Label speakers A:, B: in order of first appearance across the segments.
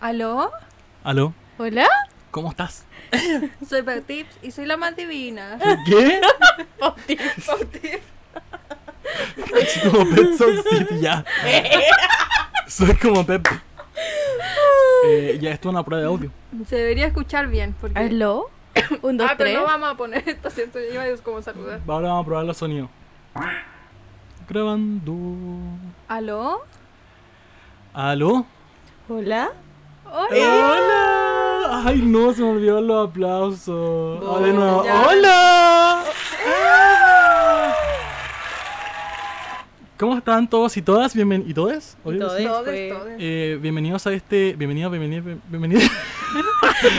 A: ¿Aló?
B: ¿Aló?
C: ¿Hola?
B: ¿Cómo estás?
A: Soy Pau Tips y soy la más divina.
B: ¿Qué?
A: Pau Tips.
B: Soy como Pet Soul City, ya. Soy como Pep. Eh, ya esto es una prueba de audio.
A: Se debería escuchar bien. Porque...
C: ¿Aló? Un, dos,
A: ah, pero
C: tres.
A: no vamos a poner esto, ¿cierto? Yo iba a como saludar.
B: Ahora vamos a probar los sonidos. Grabando.
A: ¿Aló?
B: ¿Aló?
C: ¿Hola?
A: Hola.
B: ¡Hola! Ay, no, se me olvidaron los aplausos. Ah, de nuevo.
A: ya.
B: ¡Hola! ¿Cómo están todos y todas? Bienven ¿Y todas?
C: Y todes.
A: Todes,
C: fue-
A: todes.
B: Eh, bienvenidos a este. Bienvenidos, bienvenidos, bienvenidos.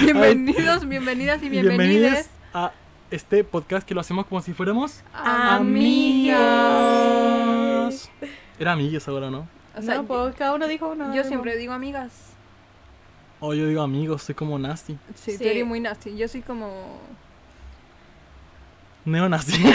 A: Bienvenidos, bienvenidas y bienvenides.
B: a este podcast que lo hacemos como si fuéramos
A: a-
B: amigas. Era amigues ahora, ¿no?
A: O sea,
C: no, pues cada uno dijo uno.
A: yo siempre digo amigas.
B: O yo digo amigos, soy como nasty.
A: Sí,
C: Sí.
A: tú eres muy nasty. Yo soy como...
B: Neonazi.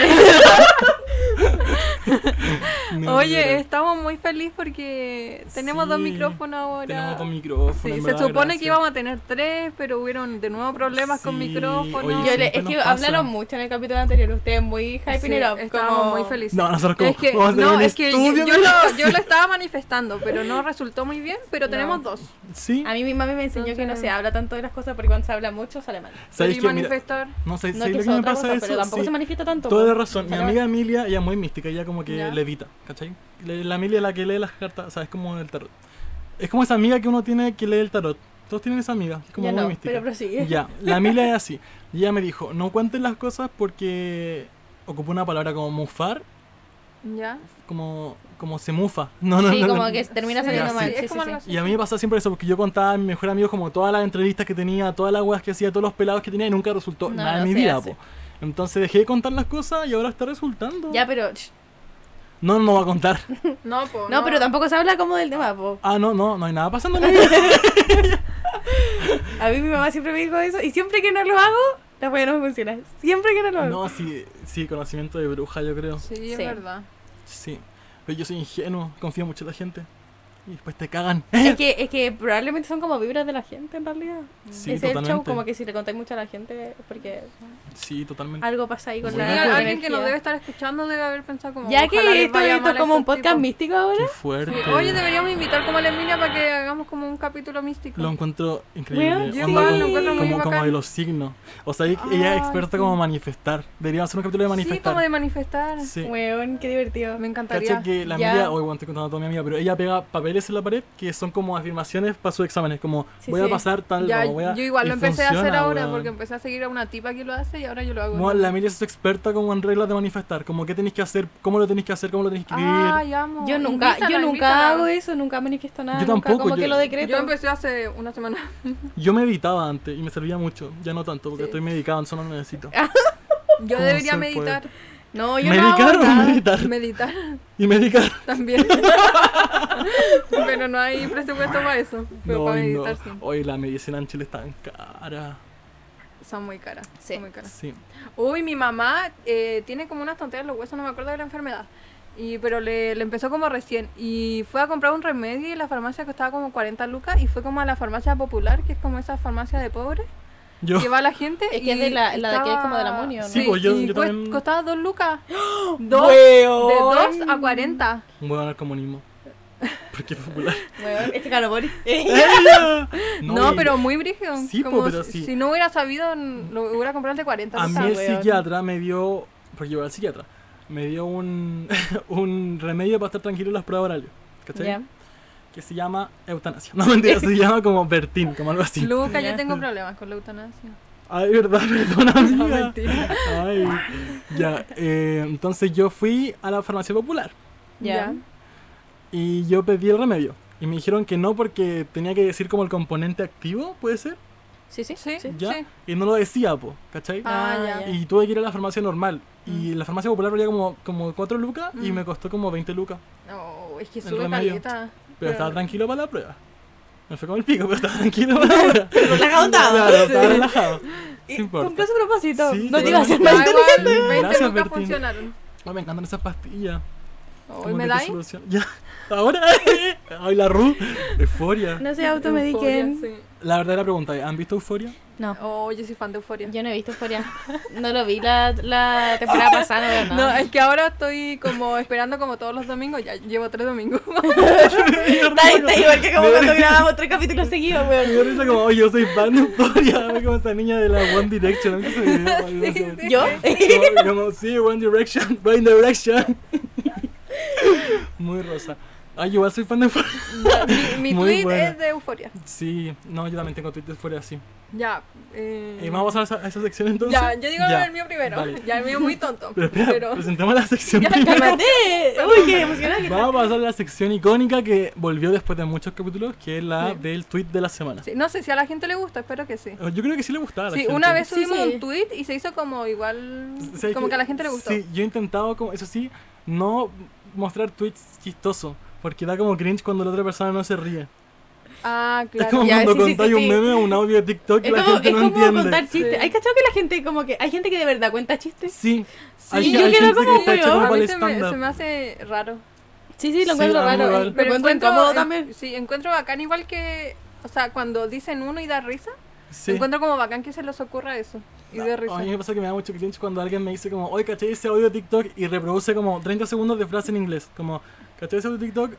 B: Neoliberal.
A: Oye, estamos muy felices porque tenemos dos
B: Sí,
A: micrófonos ahora.
B: tenemos dos micrófonos.
A: Sí,
B: en
A: se
B: verdad,
A: supone que
B: gracias.
A: íbamos a tener tres, pero hubieron de nuevo problemas con
B: Sí,
A: micrófonos.
B: oye,
C: Yo le-
B: siempre
C: es que
B: nos pasa.
C: hablaron mucho en el capítulo anterior. Ustedes muy hyping
A: Sí,
C: it up.
A: estábamos
C: como-
A: muy felices.
B: No, nosotros como.
A: es que,
B: vamos a hacer
A: no,
B: un
A: es que yo,
B: estudio,
A: yo
B: mira.
A: lo, yo lo estaba manifestando, pero no resultó muy bien, pero
C: No.
A: tenemos dos.
B: Sí.
A: Ah,
C: A mí mi mami me enseñó que no
A: Entonces-
C: se habla tanto de las cosas porque cuando se habla mucho sale mal.
B: ¿Sabes
A: Pero
B: qué?
A: y
B: Mira,
A: manifestar.
B: no sé,
C: No
B: sé
C: es que
B: lo que
C: sea
B: me
C: otra
B: pasa
C: cosa,
B: eso.
C: pero tampoco
B: sí.
C: se manifiesta tanto.
B: Todo de
C: pues.
B: razón. Mi
C: Sale
B: amiga
C: mal.
B: Emilia, ella muy mística, ella como que
A: Ya.
B: levita, ¿cachai? Le- La Emilia es la que lee las cartas, o sea, es como el tarot. Es como esa amiga que uno tiene que lee el tarot. Todos tienen esa amiga, es como
C: Ya
B: muy
C: no,
B: mística.
C: pero prosigue.
B: Ya, la Emilia es así. Y ella me dijo, no cuentes las cosas porque ocupa una palabra como mufar,
A: ¿Ya?
B: como, como se mufa. No, no,
C: sí,
B: no, no.
C: como que termina
A: Sí,
C: saliendo
B: ya,
C: mal.
B: sí.
C: Sí,
A: Es como
C: sí,
A: algo
C: sí.
A: así.
B: Y a mí me pasaba siempre eso, porque yo contaba a mi mejor amigo como todas las entrevistas que tenía, todas las weas que hacía, todos los pelados que tenía y nunca resultó
C: No,
B: nada en
C: no
B: mi
C: se
B: vida,
C: hace.
B: po. Entonces dejé de contar las cosas y ahora está resultando.
C: Ya, pero. sh,
B: No, no va a contar.
A: No, po,
C: No, pero tampoco se habla como del tema. po.
B: Ah, no, no, no hay nada pasando. en el-
C: A mí mi mamá siempre me dijo eso. Y siempre que no lo hago, la wea no me funciona. Siempre que no lo hago.
B: No, sí, sí, conocimiento de bruja, yo creo.
A: Sí, es
C: Sí.
A: verdad.
B: Sí. Pero yo soy ingenuo, confío mucho en la gente. Y después te cagan.
A: Mm.
C: Es que, es que probablemente son como vibras de la gente en realidad.
B: Sí,
C: Ese es el
B: totalmente.
C: show, como que si le contáis mucho a la gente, porque
B: Sí, totalmente.
A: ¿Ah,
C: algo pasa ahí con
B: Sí,
C: la
A: Sí,
B: Bueno,
A: al-
C: con la
A: alguien que nos debe estar
C: energía.
A: escuchando debe haber pensado como...
C: Ya
A: "Ojalá les
C: que esto
A: vaya
C: esto
A: mal
C: es
A: a
C: como un
A: estos
C: podcast
A: tipos".
C: místico ahora.
B: Qué fuerte.
A: Sí, Oye, deberíamos invitar como a la Emilia para que hagamos como un capítulo místico.
B: Lo encuentro increíble.
C: Weón,
A: yo
B: Onda
A: igual
B: como-
A: lo encuentro muy
B: como, como
A: bacán.
B: de los signos. O sea, ella ella es
A: Ay,
B: experta
A: sí.
B: como manifestar. Deberíamos hacer un capítulo
A: Sí,
B: de
A: como
B: manifestar.
A: de manifestar.
B: Sí.
C: Weón, qué divertido.
A: Me encantaría.
B: Cacha que la
C: Ya.
B: amiga, hoy bueno, estoy contando a toda mi amiga, pero ella pega papeles en la pared que son como afirmaciones para sus exámenes, como
C: Sí,
B: voy a
C: sí.
B: pasar tal,
A: Ya,
B: como voy a...
A: yo igual
B: y
A: lo empecé a hacer
B: funciona,
A: ahora
B: weón.
A: porque empecé a seguir a una tipa que lo hace y ahora yo lo hago.
B: Bueno, la Mili es experta como en reglas de manifestar, como qué tenéis que hacer, cómo lo tenéis que hacer, cómo lo tenéis que escribir.
A: Ay, amo.
C: Yo nunca,
A: Invítala,
C: yo nunca
A: invítala.
C: hago eso, nunca manifiesto nada.
B: Yo
C: nunca
B: tampoco,
C: como
B: yo-
C: que lo decreto.
A: Yo empecé hace una semana.
B: Yo meditaba antes y me servía mucho, ya no tanto porque
A: Sí. Ah.
B: estoy medicado, eso no lo necesito.
A: Yo
B: ¿Cómo
A: debería
B: se
A: meditar.
C: No, yo no
B: ¿Medicar
C: hago
B: o
C: nada.
B: meditar?
A: Meditar
B: Y medicar.
A: también. pero no hay presupuesto para eso. Pero
B: No,
A: para
B: y no.
A: meditar sí.
B: Hoy la medicina en Chile está tan cara.
A: Son muy caras.
C: Sí.
A: Son muy caras.
B: Sí.
A: Uy, mi mamá eh, tiene como unas tonterías en los huesos, no me acuerdo de la enfermedad. Y, pero le, le empezó como recién. Y fue a comprar un remedio y la farmacia costaba como 40 lucas. Y fue como a la farmacia popular, que es como esa farmacia de pobres,
B: Yo.
A: que va la gente.
C: Es que
A: y
C: es de la- la de que es como del amonio, ¿no?
B: Sí, pues yo-
A: y
B: yo
A: cuest-
B: también- ¡Ah!
A: Costaba 2 lucas. Dos, de
C: Weón.
A: 2 a 40.
B: Voy a ganar comunismo. Porque es popular.
C: Weón, este caloboris.
A: No,
B: y-
A: pero muy brígido.
B: Sí, po,
A: como
B: pero
A: si,
B: sí.
A: si no hubiera sabido, n- lo hubiera comprado el de 40.
B: A
A: no
B: mí
A: sabe.
B: el
C: weón.
B: psiquiatra me dio. Porque yo era el psiquiatra. Me dio un, un remedio para estar tranquilo en las pruebas orales. ¿Cachai?
C: Ya.
B: Que se llama eutanasia. No mentira, se llama como Bertín, como algo así.
A: Luca, yo
C: Ya.
A: tengo problemas con la eutanasia.
B: Ay, verdad, perdona, amiga.
A: No, mentira.
B: Ay. Ya, eh, entonces yo fui a la farmacia popular
C: Ya.
B: y yo pedí el remedio. Y me dijeron que no porque tenía que decir como el componente activo, ¿puede ser?
C: Sí, sí.
A: Sí, sí.
B: Ya. Y no lo decía, po, ¿cachai?
A: Ah, ya.
B: Y tuve que ir a la farmacia normal. Y la farmacia popular valía como, como 4 lucas y
A: Mm.
B: me costó como 20 lucas.
A: No, es que
B: El
A: sube
B: remedio.
A: caleta.
B: Pero,
A: Pero-
B: estaba tranquilo para la prueba. Me fue como el pico, pero estaba tranquilo para la prueba.
C: Relajado estaba.
B: Claro, estaba relajado.
C: Y
B: sí importa.
C: Cumplió su propósito.
B: Sí,
C: no te
B: sí.
C: iba a hacer
A: Ya,
C: más
B: Ay,
C: inteligente.
A: igual, 20
B: Gracias,
A: lucas
B: Bertín. Ah,
A: funcionaron.
B: Ay, me encantan esas pastillas.
A: Hoy
B: Como
A: me
B: que te
A: dais.
B: soluciona- Ya. Ahora, ay, la Ru, euforia.
C: No se
A: Euforia,
C: automediquen.
A: sí.
B: La verdadera pregunta es, ¿han visto euforia?
C: No.
A: Oh, yo soy fan de Euforia.
C: Yo no he visto Euforia. No lo vi la, la temporada pasada, no.
A: No, es que ahora estoy como esperando como todos los domingos, ya llevo tres domingos.
C: Está, está igual que como cuando grabamos tres capítulos seguidos,
B: Me dio
C: weón.
B: risa como, oye, yo soy fan de euforia. Ve como esa niña de la One Direction. ¿Han visto ese video? Ay, no sé.
C: ¿Yo?
B: Como, como, sí, One Direction, One Direction. Muy rosa. Ay, igual soy fan de euforia.
A: mi
B: Muy
A: tweet
B: buena.
A: es de Euforia.
B: Sí, no, yo también tengo tweets de euforia así.
A: Ya. Eh,
B: ¿Y vamos a pasar a esa, a esa sección entonces?
A: ya, yo digo
B: Ya.
A: el mío primero.
B: Vale.
A: Ya el mío es muy tonto.
B: Pero espera, pues.
A: pero-
B: presentamos la sección
A: Ya,
B: primero.
C: ¡Cálmate! Uy, qué emocionante.
B: Vamos a pasar a la sección icónica que volvió después de muchos capítulos, que es la
A: Sí.
B: del tweet de la semana.
A: Sí, no sé si a la gente le gusta, espero que sí.
B: Yo creo que sí le gustaba a la
A: Sí,
B: gente.
A: una vez
C: Sí,
A: subimos
C: sí.
A: un tweet y se hizo como igual.
B: ¿Sabes
A: como
B: qué?
A: que a la gente le gustó.
B: Sí, yo he intentado, como, eso sí, no mostrar tweets chistosos, porque da como cringe cuando la otra persona no se ríe.
A: Ah,
B: es
A: claro.
B: como
C: ya,
B: cuando
C: sí, sí, sí,
B: contáis un
C: sí.
B: meme o un audio de TikTok y
C: Es
B: la
C: como,
B: gente
C: es
B: no
C: como
B: entiende.
C: contar chistes.
A: Sí.
C: ¿Hay cachado que la gente como que... Hay gente que de verdad cuenta chistes?
B: Sí,
A: Sí,
B: hay,
C: yo
B: hay
C: quiero
B: gente
C: como
B: que está hecha
C: yo.
B: como
A: a
B: para
A: mí
B: el
A: se me, se
B: stand-up.
A: me hace raro.
C: Sí, sí, lo
B: Sí,
C: encuentro
B: a mí
C: raro.
B: igual.
C: Lo
A: Pero
C: encuentro
A: encuentro-
C: incómodo
A: en-
C: también.
A: Sí, encuentro bacán igual que. O sea, cuando dicen uno y da risa,
B: Sí.
A: encuentro como bacán que se les ocurra eso. Y de risa.
B: A mí me pasa que me da mucho cringe cuando alguien me dice como, oye, caché ese audio de TikTok y reproduce como 30 segundos de frase en inglés. Como, caché ese audio de TikTok,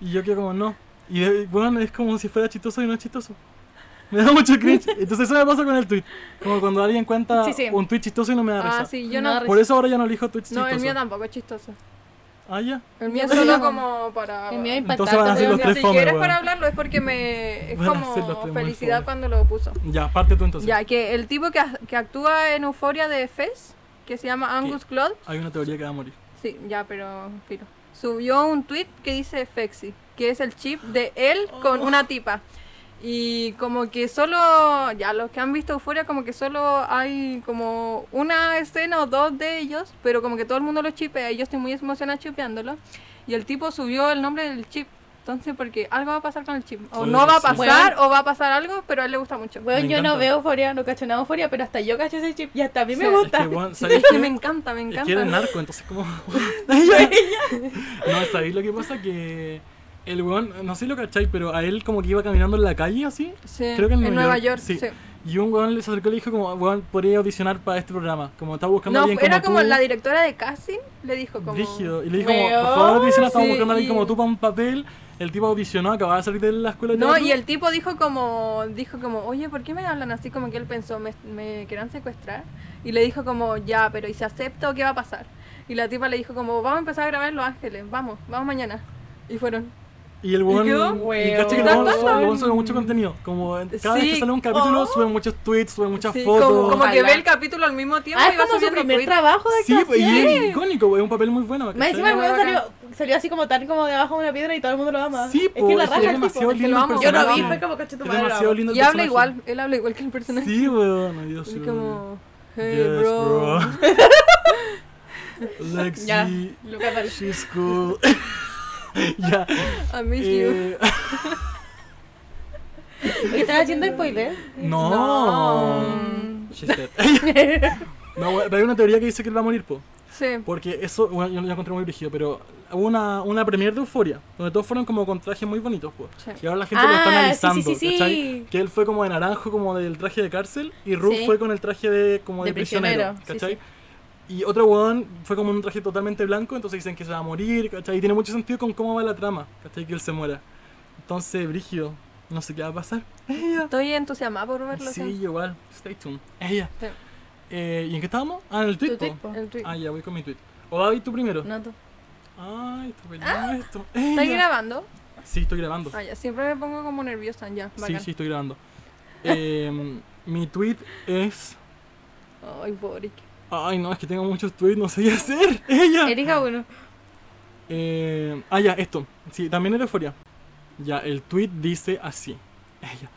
B: y yo quedo como, no. Y de- bueno, es como si fuera chistoso y no es chistoso. Me da mucho cringe. Entonces eso me pasa con el tweet. Como cuando alguien cuenta
C: Sí, sí.
B: un tweet chistoso y no me da risa.
A: ah, sí, yo
C: Me da
A: no.
C: risa.
B: Por eso ahora ya no elijo tweets
A: No, el mío
B: chistosos.
A: tampoco es chistoso.
B: Ah, ya.
A: El mío es
C: No,
A: solo
C: no.
A: como para.
C: El mío es
B: Entonces van a
C: impactante.
B: ser
A: Pero
B: los
C: weón.
B: tres
A: Ni
B: fome,
A: siquiera es
B: weón.
A: para hablarlo, es porque me. Es
B: Van a ser los tres
A: como
B: muy
A: felicidad
B: fome.
A: cuando lo puso.
B: Ya, parte tú entonces.
A: Ya, que el tipo que, que actúa en Euforia de Fez, que se llama Angus Cloud,
B: Hay una teoría que va a morir.
A: sí, ya, pero filo, subió un tweet que dice Fexi, que es el chip de él
B: Oh.
A: con una tipa. Y como que solo, ya los que han visto Euforia, como que solo hay como una escena o dos de ellos, pero como que todo el mundo los chipea y yo estoy muy emocionada chipeándolo. Y el tipo subió el nombre del chip. Entonces, porque algo va a pasar con el chip. O
B: Oye,
A: no va a
B: sí.
A: pasar,
C: Bueno.
A: o va a pasar algo, pero a él le gusta mucho.
C: Weón,
B: Me
C: yo no
B: encanta.
C: veo euforia, no cacho nada de euforia, pero hasta yo cacho ese chip y hasta a mí me
A: Sí.
C: gusta.
B: Es que, bueno,
A: Es
B: ¿sabéis
A: que
B: qué?
A: me encanta, me
B: Es
A: encanta.
B: que era narco, entonces como... no, ¿sabéis lo que pasa? Que el weón, no sé si lo cacháis, pero a él como que iba caminando en la calle así.
A: Sí,
B: Creo que en
A: en
B: Nueva
A: Nueva
B: York,
A: York.
B: sí.
A: sí.
B: Y un weón le se acercó y le dijo como, weón, podría audicionar para este programa. Como estaba buscando
A: No,
B: a alguien
A: era
B: como
A: como
B: tú.
A: la directora de casting, le dijo como...
B: Rígido. Y le dijo como,
C: Weón,
B: por favor audiciona, estamos
A: sí,
B: buscando a alguien
A: y-
B: como tú para un papel. El tipo audicionó, acababa de salir de la escuela de
A: No,
B: teatro.
A: y el tipo dijo como, dijo como, oye, ¿por qué me hablan así? Como que él pensó, ¿me, me querrán secuestrar? Y le dijo como, ya, pero ¿y si acepto qué va a pasar? Y la tipa le dijo como, vamos a empezar a grabar en Los Ángeles, vamos, vamos mañana. Y fueron.
B: Y el weón.
A: ¿Y
B: Y,
A: quedó?
B: caché que el
A: Weón.
B: weón sube- el weón sube mucho contenido. Como en- cada vez que
A: Sí.
B: sale un capítulo,
A: Oh.
B: sube muchos tweets, sube muchas
A: Sí,
B: fotos.
A: como, como que
C: Ojalá.
A: ve el capítulo al mismo tiempo
C: Ah,
A: y
C: es
A: va
C: como su
A: subiendo
C: primer
A: tweets.
C: trabajo de
B: Sí, pues, y
C: actuación.
B: es icónico, es un papel muy bueno.
C: Más
B: ¿cachai?
C: encima el
A: Sí,
C: weón
A: bacán.
C: salió, salió así como tan como debajo de una piedra y todo el mundo lo ama.
B: Sí,
C: pues, es pues,
B: po,
C: que la
B: es que es
C: raja el tipo.
B: demasiado
A: es que
B: lindo
A: lo
B: el
A: amo.
C: Yo lo vi,
B: personaje.
C: fue como coche tu
B: Es
C: madre.
B: demasiado
C: lo
B: lindo el
A: Y habla
B: personaje.
A: igual, él habla igual que el personaje.
B: Sí, weón, ay, Dios
A: Así
B: mío.
A: como, hey,
B: Yes,
A: bro.
B: bro. Lexi,
C: Ya. amo. Lucas Val-
B: she's cool. ya.
A: I miss you.
B: eh,
C: Oye, ¿Estás haciendo spoiler?
B: no.
A: No.
B: She's dead. no, weón, pero hay una teoría que dice que él va a morir, po.
A: Sí.
B: Porque eso, bueno, yo lo encontré muy brígido, pero hubo una, una premiere de Euforia, donde todos fueron como con trajes muy bonitos, pues.
A: Sí.
B: Y ahora la gente lo
C: Ah,
B: está
C: sí,
B: analizando,
C: sí, sí, sí.
B: ¿cachai? Que él fue como de naranjo, como del traje de cárcel, y Ruth
C: Sí.
B: fue con el traje de como de,
C: De
B: prisionero,
C: prisionero, sí,
B: ¿cachai? Y otro weón fue como en un traje totalmente blanco, entonces dicen que se va a morir, ¿cachai? Y tiene mucho sentido con cómo va la trama, ¿cachai? Que él se muera. Entonces, brígido, no sé qué va a pasar. Ella.
A: Estoy entusiasmada por verlo.
B: Sí, igual, stay tuned. Ella.
A: Sí.
B: Eh, ¿Y en qué estábamos? Ah, en el tweet,
C: Tu
B: po.
C: tweet, po.
A: o sea, el tweet.
B: Ah, ya voy con mi tweet. O David, tú primero.
C: No, tú.
B: Ay, está
A: Ah,
B: peleando esto.
A: ¿Estás
B: Ella.
A: grabando?
B: Sí, estoy grabando.
A: Ah, ya, siempre me pongo como nerviosa, ya.
B: Sí,
A: Bacán.
B: sí, estoy grabando. Em, mi tweet es.
A: Ay, Boric.
B: Ay, no, es que tengo muchos tweets, no sé qué hacer. Ella.
C: Elija uno.
B: Em, ah, ya, esto. Sí, también era euforia. Ya, el tweet dice así. Ella.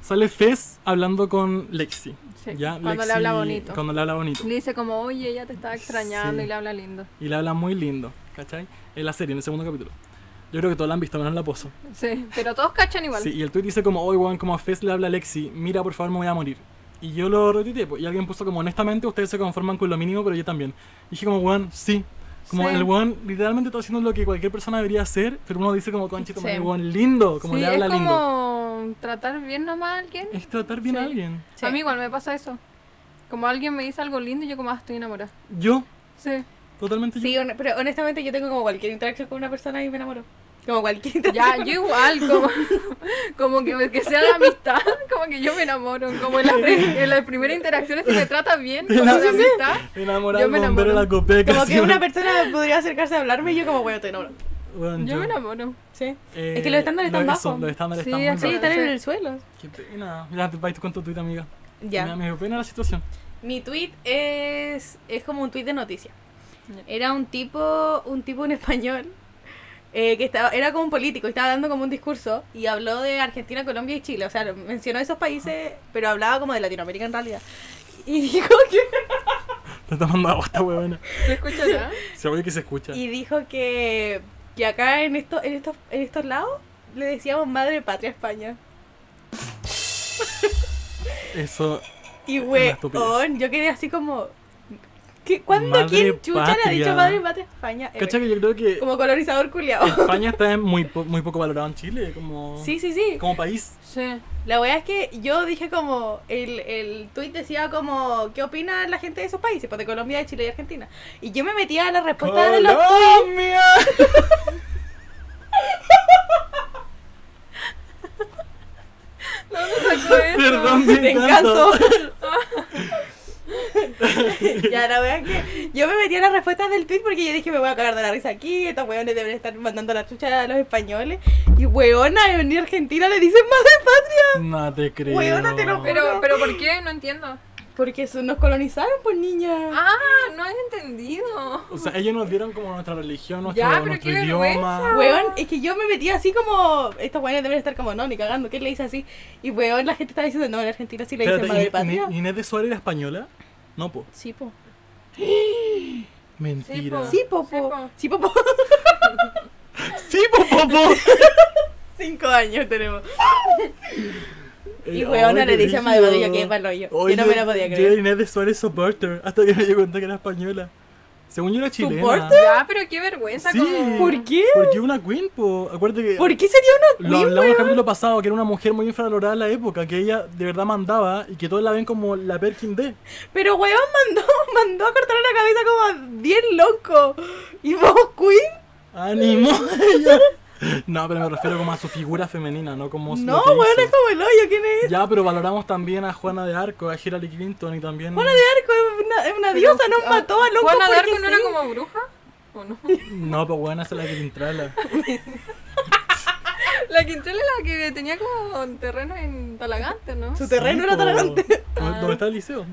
B: Sale Fez hablando con Lexi.
A: Sí,
B: Ya,
A: cuando
B: Lexi-
A: le habla bonito.
B: Cuando le habla bonito.
A: Le dice como, oye, ella te estaba extrañando
B: Sí.
A: y le habla lindo.
B: Y le habla muy lindo, ¿cachai? En la serie, en el segundo capítulo. Yo creo que todos la han visto, menos la pozo.
A: Sí, pero todos cachan igual.
B: Sí, y el tweet dice como, oye, weón, como a Fez le habla a Lexi, mira, por favor, me voy a morir. pues, Y yo lo retuiteé, po, y alguien puso como, honestamente, ustedes se conforman con lo mínimo, pero yo también. Y dije como, weón, sí, Como
A: Sí.
B: el weón literalmente está haciendo lo que cualquier persona debería hacer, pero uno dice como conchito,
C: Sí.
B: el weón lindo, como
A: Sí,
B: le habla
A: es
B: lindo.
A: como tratar bien nomás a alguien.
B: Es tratar bien a
A: Sí.
B: alguien.
C: Sí.
A: A mí igual me pasa eso. Como alguien me dice algo lindo y yo como, ah, estoy enamorada.
B: Yo,
A: Sí.
B: totalmente yo.
C: Sí, hon- pero honestamente yo tengo como cualquier interacción con una persona y me enamoro. Como cualquier interacción.
A: Ya, yo igual, como, como que, que sea de amistad, como que yo me enamoro. Como en las, pre- en las primeras interacciones, si me tratas bien, como de amistad.
B: Enamorado
A: Yo me
B: con bombero en la
A: enamoro.
B: copeca.
C: Como
B: sí,
C: que una
B: weón.
C: persona podría acercarse a hablarme y yo como, bueno, estoy enamorado.
B: Weón,
A: Yo me enamoro.
C: Sí.
B: eh,
C: Es que los estándares
B: lo-
C: están
B: eso,
C: bajos.
B: Los estándares
A: Sí,
B: están
A: es
B: muy
C: Sí,
A: que-
B: bajos.
C: están en el suelo.
B: Qué pena. Mira, te vais con tu tuit, amiga.
C: Ya.
B: Me, me dio pena la situación.
C: Mi tweet es, es como un tweet de noticia. Era un tipo, un tipo en español, eh, que estaba, era como un político, estaba dando como un discurso y habló de Argentina, Colombia y Chile. O sea, lo- mencionó esos países, pero hablaba como de Latinoamérica en realidad. Y dijo que,
B: Te está mandando agua esta huevona.
A: ¿No escuchas nada?
B: Se oye que se escucha.
C: y dijo que, que acá en estos, en estos, en estos lados le decíamos madre patria a España.
B: Eso.
C: Y
B: Una
C: weón,
B: estupidez.
C: yo quedé así como. ¿qué, ¿Cuándo
B: Madre
C: quién chucha le ha
B: patria.
C: dicho madre patria a España? Ever.
B: Cacha que yo creo que
C: Eh, Como colonizador culiao.
B: España está muy, po- muy poco valorado en Chile como,
C: Sí, sí, sí.
B: como país.
A: Sí.
C: La weá es que yo dije como, el, el tweet decía como, ¿qué opina la gente de esos países? Pues de Colombia, de Chile y Argentina. Y yo me metía a la respuesta de los tweets.
B: ¡Colombia!
A: ¿Dónde sacó eso?
B: Perdón,
C: Te
B: me
C: encanto.
B: encanto.
C: ya, la weá es que yo me metía a las respuestas del tweet porque yo dije, me voy a cagar de la risa aquí, estos weones deben estar mandando la chucha a los españoles. Y weona, en Argentina le dicen madre patria.
B: No te creo.
C: Weona, te lo juro.
A: Pero, pero ¿por qué? No entiendo.
C: Porque eso- nos colonizaron, pues niña.
A: Ah, no he entendido.
B: O sea, ellos nos dieron como nuestra religión, nuestro,
A: Ya, pero
B: nuestro
A: qué
B: idioma.
A: vergüenza.
C: Weón, es que yo me metía así como. Estos weones deben estar como, no, ni cagando, ¿qué le dice así? Y weón, la gente estaba diciendo, no, en Argentina sí le dicen
B: Espérate,
C: madre
B: ¿In-
C: patria.
B: In- ¿Inés de Suárez era española? No, po.
C: Sí, po.
B: Mentira.
A: Sí,
C: Sí, po, po. Sí, po, po.
B: Sí, po, po, po.
C: Cinco años tenemos. Y
B: Eh,
C: weona
B: ay,
C: le
B: qué
C: dice madre
B: brígido.
C: patria que es para el hoyo.
B: Oye,
C: Yo no me la podía
B: yo
C: creer.
B: era Inés de Suárez Supporter, hasta que me di cuenta que era española. Según yo era chilena.
C: ¿Supporter?
A: Ya, pero qué vergüenza.
B: Sí.
A: Como...
C: ¿Por qué?
B: Porque una queen, po. Acuérdate que
C: ¿Por qué sería una
B: lo
C: queen,
B: hablamos en el
C: weón?
B: capítulo pasado, que era una mujer muy infravalorada en la época, que ella de verdad mandaba y que todos la ven como la Perkin D.
C: Pero weón mandó, mandó a cortar la cabeza como a 10 locos. Y vos, Queen.
B: ¡Ánimo! Ella- no, pero me refiero como a su figura femenina, no como su-
C: No,
B: lo que
C: weón,
B: hizo.
C: es como el hoyo, ¿quién es?
B: Ya, pero valoramos también a Juana de Arco, a Hillary Clinton y también...
C: Juana de Arco es una, es una diosa, nos mató a locos.
A: ah, ¿Juana de Arco
C: porque
A: no era
C: sí.
A: como bruja? ¿O no?
B: No, pues Juana es la que entrala.
A: La Quintrela es la que tenía como terreno en Talagante, ¿no?
C: Su terreno era talagante.
B: ¿Dónde está el liceo?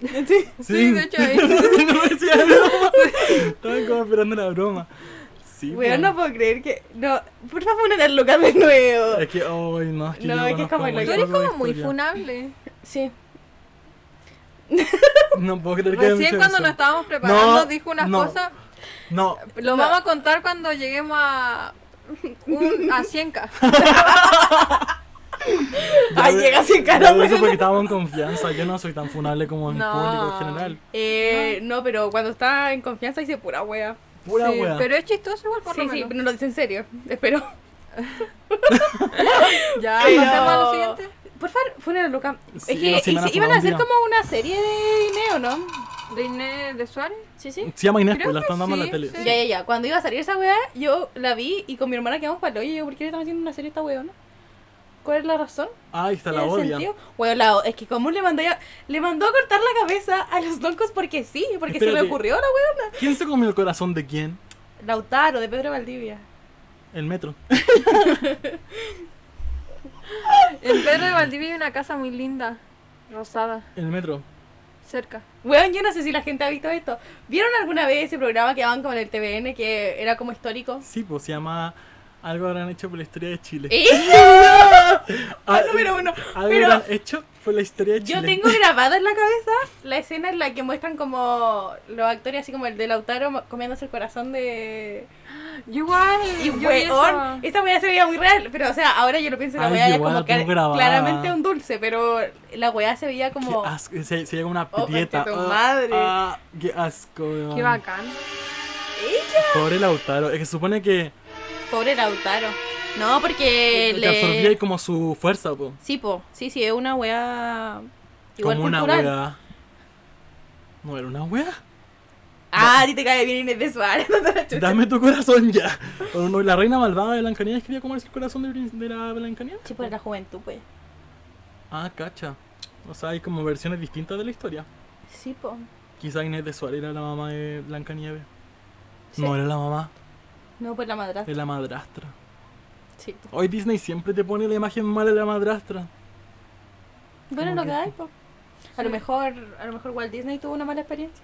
C: Sí.
A: Sí, de hecho, ahí.
B: no me decía broma. Estaba como esperando la broma. Sí,
C: Weón,
B: po.
C: no puedo creer que. No, por favor, no loca de nuevo.
B: Es que, ay, no, es que
C: No,
B: yo
C: es que es
B: conozco
C: como el
B: muy
A: Tú
C: hoyo.
A: eres
B: poco de
A: como muy
B: historia.
A: funable.
C: Sí.
B: No puedo creer que haya
A: Recién
B: dicho
A: cuando
B: eso.
A: nos estábamos preparando
B: No,
A: dijo unas
B: no.
A: cosas.
B: No,
A: Lo vamos a contar cuando lleguemos a. Un, a 100k.
C: Ay, llega sin cara,
B: Pero eso porque
C: weón.
B: estábamos en confianza. Yo no soy tan funable como en
A: No.
B: público en general.
C: Eh, no, pero cuando está en confianza dice pura wea.
B: Pura
A: Sí,
B: wea.
A: pero es chistoso igual por
C: Sí,
A: lo
C: sí,
A: menos.
C: pero no lo dice en serio. Espero.
A: Ya,
C: Pero-
A: pasemos a lo siguiente.
C: Por favor, fue una loca.
B: Sí,
C: es
B: no,
C: que
B: si me
C: hice-
B: la
C: iban
B: fumaba un
C: a hacer
B: día.
C: como una serie de Ineo, ¿no?
A: De Inés de Suárez.
C: Sí, sí.
B: Se llama Inés,
A: Creo
B: pues la
A: que
B: están dando en
A: sí,
B: la tele.
A: sí.
C: Ya, ya, ya. Cuando iba a salir esa wea, yo la vi y con mi hermana quedamos para el hoyo. Y yo, ¿por qué le están haciendo una serie a esta weona? ¿Cuál es la razón?
B: Ahí está, la
C: ¿Tiene
B: odian.
C: sentido? Bueno, la o- es que como le mandó ya- le mandó a cortar la cabeza a los locos porque sí, porque se
B: Espérate.
C: le ocurrió a la weona.
B: ¿Quién se comió el corazón de quién?
C: Lautaro de Pedro Valdivia.
B: El metro.
A: En Pedro de Valdivia hay una casa muy linda, rosada,
B: El metro.
A: cerca.
C: Weón, yo no sé si la gente ha visto esto. ¿Vieron alguna vez ese programa que daban con el TVN que era como histórico?
B: Sí, pues se llama Algo habrán hecho por la historia de Chile.
C: ¡Eso!
B: Ah,
C: número uno.
B: Algo
C: Eh, Pero-
B: habrán hecho por la historia de Chile.
C: Yo tengo grabada en la cabeza la escena en la que muestran como los actores, así como el de Lautaro mo- comiéndose el corazón de.
A: Yo Igual,
C: Y
A: yo vi
C: weón,
A: eso.
C: esta weá se veía muy real, pero o sea, ahora yo lo pienso, la
B: Ay,
C: weá es
B: igual la
C: como que
B: tengo grabada.
C: claramente un dulce, pero la weá se veía
B: Qué
C: como...
B: asco, Se, se llega una
C: Oh,
B: prieta.
C: conche tu
B: Ah,
C: madre.
B: ah, qué asco, weón.
A: Qué bacán.
B: Pobre Lautaro. Es que se supone que
C: Pobre Lautaro. No, porque
B: te absorbía ahí
C: le.
B: como su fuerza, po.
C: Sí, po. Sí, sí, es una weá. Igual
B: Como una
C: cultural.
B: wea. ¿No era una wea?
C: Ah, a ti te cae bien Inés de Suárez. no te la chucha.
B: Dame tu corazón ya. O no, la reina malvada de Blancanieves quería comerse el corazón de, Brin- de la Blancanieves.
C: Sí, por la juventud, pues.
B: Ah, cacha. O sea, hay como versiones distintas de la historia.
C: Sí, po.
B: Quizá Inés de Suárez era la mamá de Blancanieves.
C: Sí.
B: No era la mamá,
C: No, por la madrastra.
B: es la madrastra.
C: Sí, po.
B: Hoy Disney siempre te pone la imagen mala de la madrastra.
C: Bueno,
B: Como
C: lo que
B: que-
C: hay, po. A lo mejor, a lo mejor Walt Disney tuvo una mala experiencia.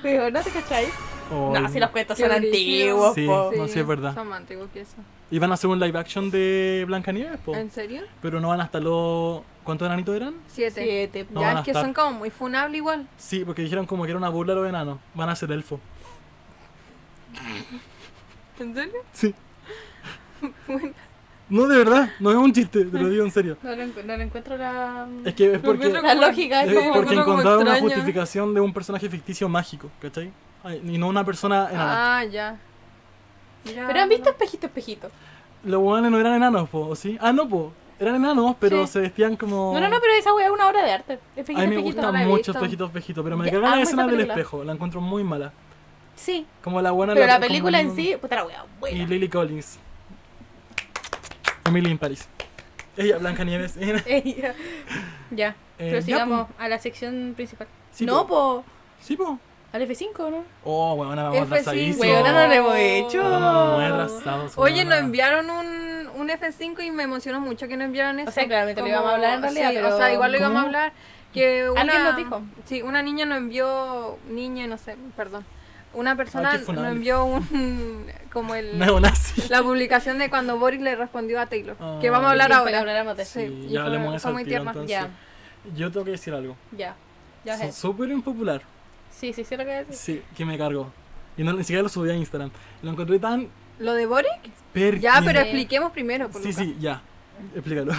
C: Pero no te cachai.
B: Oh,
C: No, si los cuentos son
A: Qué brígido.
C: antiguos,
B: Sí.
C: po.
B: Oh, No, sí, es verdad.
A: Son más antiguos que eso.
B: Iban a hacer un live action de Blancanieves,
C: Ah.
B: po.
A: ¿En serio?
B: Pero no van hasta los... ¿Cuántos enanitos eran?
A: Siete.
C: Siete, po.
B: No van
A: ya,
B: a
A: es que
B: estar.
A: son como muy funable igual.
B: Sí, porque dijeron como que era una burla a los enanos. Van a ser elfo.
A: ¿En serio?
B: Sí.
A: Bueno,
B: No, de verdad. No es un chiste, te lo digo en serio.
C: No, le encu- no le encuentro la.
B: Es que es porque...
A: encuentro
C: La lógica es
A: Sí,
B: Es
C: como.
B: porque
A: encuentro como
B: encontraron una
A: extraño.
B: justificación de un personaje ficticio mágico, ¿cachai? Ay, Y no una persona enana.
A: ah, ya. Ya,
C: Pero han visto espejito, espejito.
B: Los hueones no eran enanos, po, ¿o sí? Ah, no, po. Eran enanos, pero
C: Sí.
B: se vestían como...
C: No, no, no, pero esa weá es una obra de arte. Espejito,
B: A mí me
C: espejito.
B: gusta
A: no la he
B: mucho
A: visto.
B: Espejito, Espejito, pero me
C: Yo
B: cargan la
C: amo esa
B: escena del
C: película.
B: espejo. La encuentro muy mala.
C: Sí,
B: Como la buena...
C: pero la
B: como
C: película en
B: un-
C: sí, puta la weá,
B: Y
C: buena.
B: Lily Collins. Emily in Paris. Ella, Eh, Blanca Nieves.
C: Ella- ya,
B: Eh,
C: prosigamos a la sección principal.
B: Sí,
C: no, po.
B: Sí, po.
C: Al F5, ¿no?
B: Oh, weona, vamos
A: F5.
B: arrasadísimo.
C: Weona, no lo hemos hecho.
B: Vamos muy arrasados,
A: Oye, nos
B: weona.
A: enviaron un, un F5 y me emocionó mucho que nos enviaran eso.
C: sea, claramente lo íbamos a hablar en realidad,
A: sí,
C: pero-
A: O sea, igual lo íbamos a
B: ¿Cómo?
A: hablar. Que una,
C: Alguien nos dijo.
A: Sí, una niña nos envió, niña, no sé, perdón. Una persona
B: qué
A: nos
B: funable.
A: envió un, como el,
B: Neonazi.
A: la publicación de cuando Boris le respondió a Taylor.
B: Ah.
A: que vamos a hablar
C: Sí,
A: ahora.
C: hablaremos de eso.
A: Sí,
B: Sí,
A: y
B: ya
A: fue-
B: hablemos de eso
A: fue
B: al
A: muy
B: tiro,
A: tierna.
B: entonces.
C: Ya,
B: Yo tengo que decir algo.
C: ya. Ya
B: Son
C: sé.
B: súper impopular.
C: Sí, sí, sí, lo que voy a decir.
B: Sí, que me cargó. Y no, ni siquiera lo subí a Instagram. Lo encontré tan
A: ¿Lo de Boris?
B: per...
A: Ya, pero
C: Sí.
A: expliquemos primero. por
B: Sí,
A: Lucas.
B: sí, ya. Explícalo.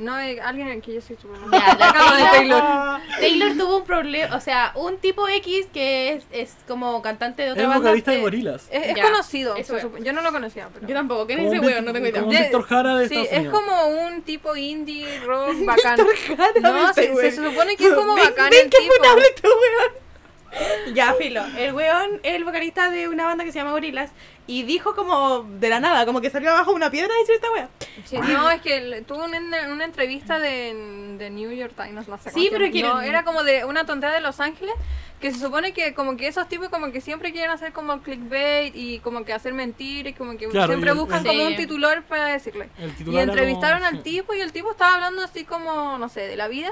A: No, eh, alguien en que yo soy súper
C: Ya, la
A: Acabo de
C: Taylor-
A: Taylor.
C: Taylor tuvo un problema, o sea, un tipo X que es, es como cantante de otra
B: Es
C: banda.
B: vocalista de
C: que-
B: gorilas.
A: Es, es
C: Ya,
A: conocido.
C: eso
A: se
C: es.
A: supo- Yo no lo conocía, pero.
C: Yo tampoco, ¿quién es
B: Como
C: ese
B: un
C: weón? No
B: Vic-
C: tengo idea.
B: como un Víctor Jara de
A: sí,
B: Estados
A: es
B: Unidos.
A: como un tipo indie, rock, bacán.
C: No,
A: No, se, se supone que es como bacán
C: ven
A: el
C: qué
A: tipo.
C: funable este weón. Ya, filo. El weón, el vocalista de una banda que se llama Gorilas, y dijo como de la nada, como que salió abajo de una piedra y decir esta weá.
A: Sí, no, es que le- tuvo una, una entrevista de, de New York Times, no sé
C: Sí,
A: cuánto
C: pero
A: tiempo. No,
C: quieren-
A: era como de una tontería de Los Ángeles, que se supone que como que esos tipos como que siempre quieren hacer como clickbait y como que hacer mentiras y como que
B: Claro,
A: siempre
B: y el-
A: buscan
B: el-
A: como
C: Sí.
A: un titular para decirle.
B: El titular
A: Y
B: era
A: entrevistaron
B: como-
A: al tipo y el tipo estaba hablando así como, no sé, de la vida.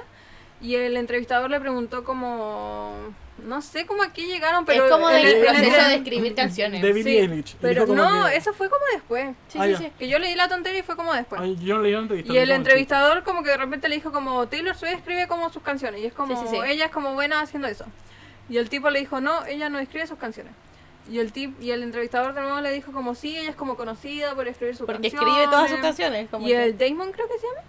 A: Y el entrevistador le preguntó como, no sé cómo aquí llegaron, pero... el-
B: del
A: el- el-
B: proceso de
C: escribir
B: canciones. de- Billie Eilish.
A: Pero
B: Dijo como
A: no,
B: que-
A: eso fue como después.
C: Sí,
B: Ah,
C: sí,
B: ya.
C: sí.
A: Que yo leí la tontería y fue como después.
B: Ay, yo no leí la entrevista.
A: pues. y el entrevistador como que de repente le dijo como, Taylor Swift escribe como sus canciones. Y es como,
C: Sí, sí, sí.
A: ella es como buena haciendo eso. Y el tipo le dijo, no, ella no escribe sus canciones. Y el tip y el entrevistador de nuevo le dijo como, sí, ella es como conocida por escribir sus
C: Porque
A: canciones.
C: escribe todas sus canciones. Como
A: Y
C: que-
A: el Damon creo que se llama.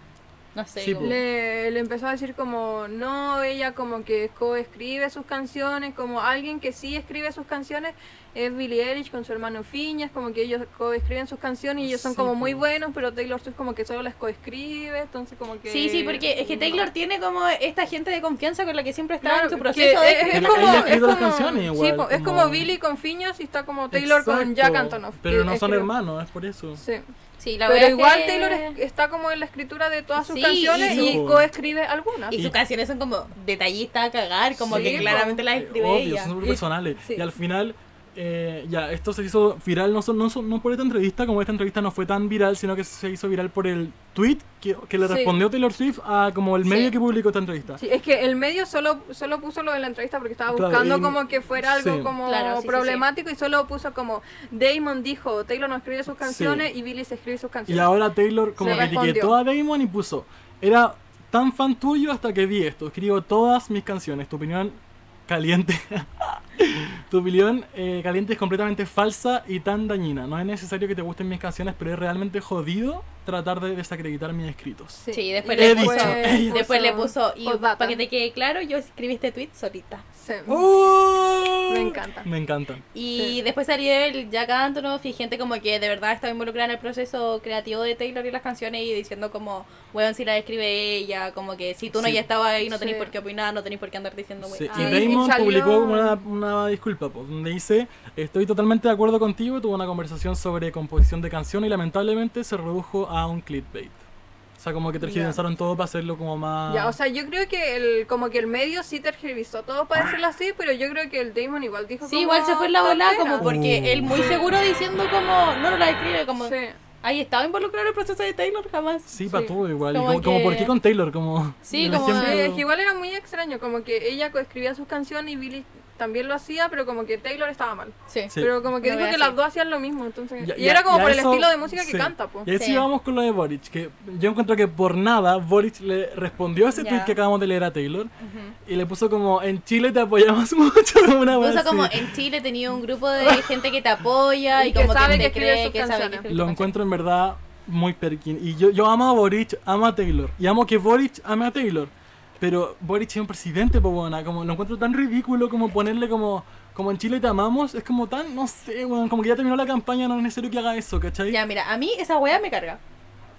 C: No sé.
B: Sí,
C: como-
A: Le, le empezó a decir como, no, ella como que coescribe sus canciones, como alguien que sí escribe sus canciones es Billie Eilish con su hermano Fiñas, como que ellos coescriben sus canciones y ellos son
B: Sí,
A: como
B: po.
A: muy buenos, pero Taylor Swift como que solo las coescribe, entonces como que...
C: Sí, sí, porque es que Taylor tiene como esta gente de confianza con la que siempre está
A: Claro,
C: en su
A: que
C: proceso de
A: es, es
B: Él-
C: escribir.
A: como,
B: él
A: es
B: escribe las
A: como-
B: canciones
A: sí,
B: igual,
A: po, es
B: como-
A: como Billie con Fiñas y está como Taylor con Jack Antonoff. eh,
B: Pero
A: que
B: no son
A: escribe-
B: hermanos, es por eso.
A: Sí.
C: Sí, la
A: Pero
C: verdad es
A: igual
C: que-
A: Taylor es- está como en la escritura de todas sus
C: Sí,
A: canciones
B: y-
A: y coescribe algunas.
C: Y
B: Y-
C: sus canciones son como detallistas a cagar, como
A: Sí,
C: que
A: po.
C: claramente las
B: Eh,
C: escribe
B: Obvio,
C: ella.
B: son súper
A: Y-
B: personales.
A: sí.
B: Y al final, eh, ya, esto se hizo viral, no, so- no, so- no por esta entrevista, como esta entrevista no fue tan viral, sino que se hizo viral por el tweet que, que le
A: Sí.
B: respondió Taylor Swift a como el medio
C: Sí.
B: que publicó esta entrevista.
A: Sí, es que el medio solo, solo puso lo de la entrevista porque estaba
B: Claro,
A: buscando
B: y-
A: como que fuera algo
B: sí.
A: como
C: Claro, sí, sí,
A: problemático y solo puso como Damon dijo, Taylor no escribe sus canciones y Billy se escribe sus
B: Y
A: canciones.
B: ahora Taylor como
A: Se
B: que
A: respondió.
B: etiquetó a Damon y puso, era tan fan tuyo hasta que vi esto, escribo todas mis canciones, tu opinión caliente. tu opinión eh, caliente es completamente falsa y tan dañina. No es necesario que te gusten mis canciones, pero es realmente jodido tratar de desacreditar mis escritos.
C: Sí, después
B: le puso-
C: Después le puso, y
A: postdata.
C: para que te quede claro, yo escribí este tweet solita.
A: Sí.
B: ¡Oh!
A: Me encanta.
B: Me encantan.
C: Y después salió el Jack Antonoff y gente como que de verdad estaba involucrada en el proceso creativo de Taylor y las canciones y diciendo como, weón, si la escribe ella, como que si tú no
B: Sí.
C: ya estabas ahí no tenéis
A: Sí.
C: por qué opinar, no tenéis por qué andar diciendo,
B: Sí,
C: weón.
A: Ah,
B: Y
A: y- y
B: Damon
A: salió-
B: publicó una, una disculpa, pues, donde dice, estoy totalmente de acuerdo contigo, tuvo una conversación sobre composición de canciones y lamentablemente se redujo a un clickbait. O sea, como que tergiversaron todo para hacerlo como más...
A: Ya, o sea, yo creo que el, como que el medio sí tergiversó todo para decirlo así, pero yo creo que el Damon igual dijo
C: Sí,
A: como
C: igual se fue en la bola
A: tontera.
C: como porque
B: Uh.
C: él muy seguro diciendo como, no, no la escribe, como,
A: Sí.
C: ahí estaba involucrado en el proceso de Taylor jamás.
B: sí, para
A: sí.
B: todo igual. Y
C: Como
B: Como, como,
C: que-
B: ¿por qué con Taylor? Como,
C: Sí,
B: el
C: como-
A: Sí,
B: ejemplo-
A: es que igual era muy extraño, como que ella escribía sus canciones y Billy también lo hacía, pero como que Taylor estaba mal.
C: Sí.
B: Sí.
A: Pero como que
C: Lo
A: dijo
C: ve
A: que
C: así.
A: las dos hacían lo mismo, entonces...
B: Ya-
A: y
B: ya-
A: era como
B: ya
A: por el
B: eso-
A: estilo de música
B: sí.
A: que canta, po.
B: Y ahí sí
C: Sí.
B: vamos con lo de Boric, que yo encuentro que por nada Boric le respondió a ese
C: Ya.
B: tweet que acabamos de leer a Taylor y le puso como, en Chile te apoyamos mucho, como una
C: O
B: cosa
C: sea,
B: así.
C: como en Chile tenía un grupo de gente que te apoya y,
A: Y que
C: como
A: sabe
C: que,
A: que
C: te
A: escribe
C: cree,
A: sus
C: que sabe que
A: canciones.
C: escribe
B: Lo
C: sus canciones.
B: encuentro en verdad muy perkin. Y yo, yo amo a Boric, amo a Taylor. Y amo que Boric ame a Taylor. Pero Boric es un presidente, po, weona. Como lo encuentro tan ridículo como ponerle como... Como en Chile te amamos, es como tan, no sé, weón, como que ya terminó la campaña, no es necesario que haga eso, ¿cachai?
C: Ya, mira, a mí esa weá me carga.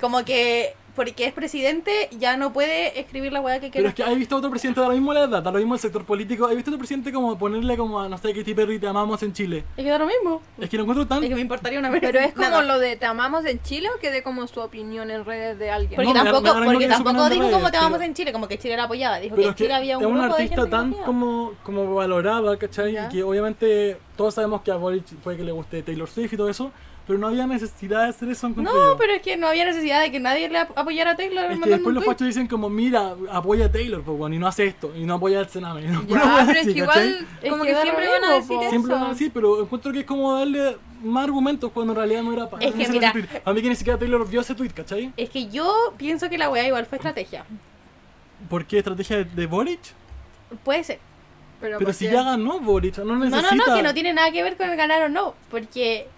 C: Como que porque es presidente ya no puede escribir la weá que
B: Pero
C: quiera.
B: es que he visto a otro presidente de la misma edad, de lo mismo el sector político, he visto a otro presidente como ponerle como a, no sé, Katy Perry, te amamos en Chile.
C: Es que da lo mismo.
B: Es que lo encuentro tan...
C: Es que me importaría una vez.
A: Pero es como lo de te amamos en Chile o que de como su opinión en redes de alguien.
C: Porque
B: No, me da- me da
C: tampoco,
B: lo mismo
C: porque
B: que su
C: tampoco
B: opinión de
C: dijo como
B: redes,
C: te amamos
B: pero-
C: en Chile, como que Chile la apoyaba. Dijo que
B: Pero
C: en
B: es que
C: Chile había un
B: es un
C: grupo de
B: artista
C: gente
B: tan
C: que apoyaba.
B: como, como valorada, ¿cachai?
A: Ya.
B: Y que obviamente todos sabemos que a Boric puede que le guste Taylor Swift y todo eso, pero no había necesidad de hacer eso. encuentro
C: No,
B: yo.
C: pero es que no había necesidad de que nadie le ap- apoyara a Taylor
B: Es que
C: mandando
B: después
C: un
B: los
C: tweet.
B: fachos dicen como, mira, apoya a Taylor, pues, bueno, y no hace esto, y no apoya al Sename. y No,
A: Ya,
B: no
A: pero es que igual,
C: Es
A: como
C: que
A: que
C: da lo
A: siempre van a
C: mismo,
A: decir
C: po.
A: eso.
B: Siempre lo van a decir, pero encuentro que es como darle más argumentos cuando en realidad no era para
C: Es que mira-
B: A mí que ni siquiera Taylor vio ese tweet, ¿cachai?
C: Es que yo pienso que la weá igual fue estrategia.
B: ¿Por qué estrategia de, de Boric?
C: Puede ser.
A: Pero,
B: Pero
A: ¿por
B: si
A: qué?
B: ya ganó Boric, no
C: No,
B: necesita.
C: no, no, que no tiene nada que ver con el ganar o no, porque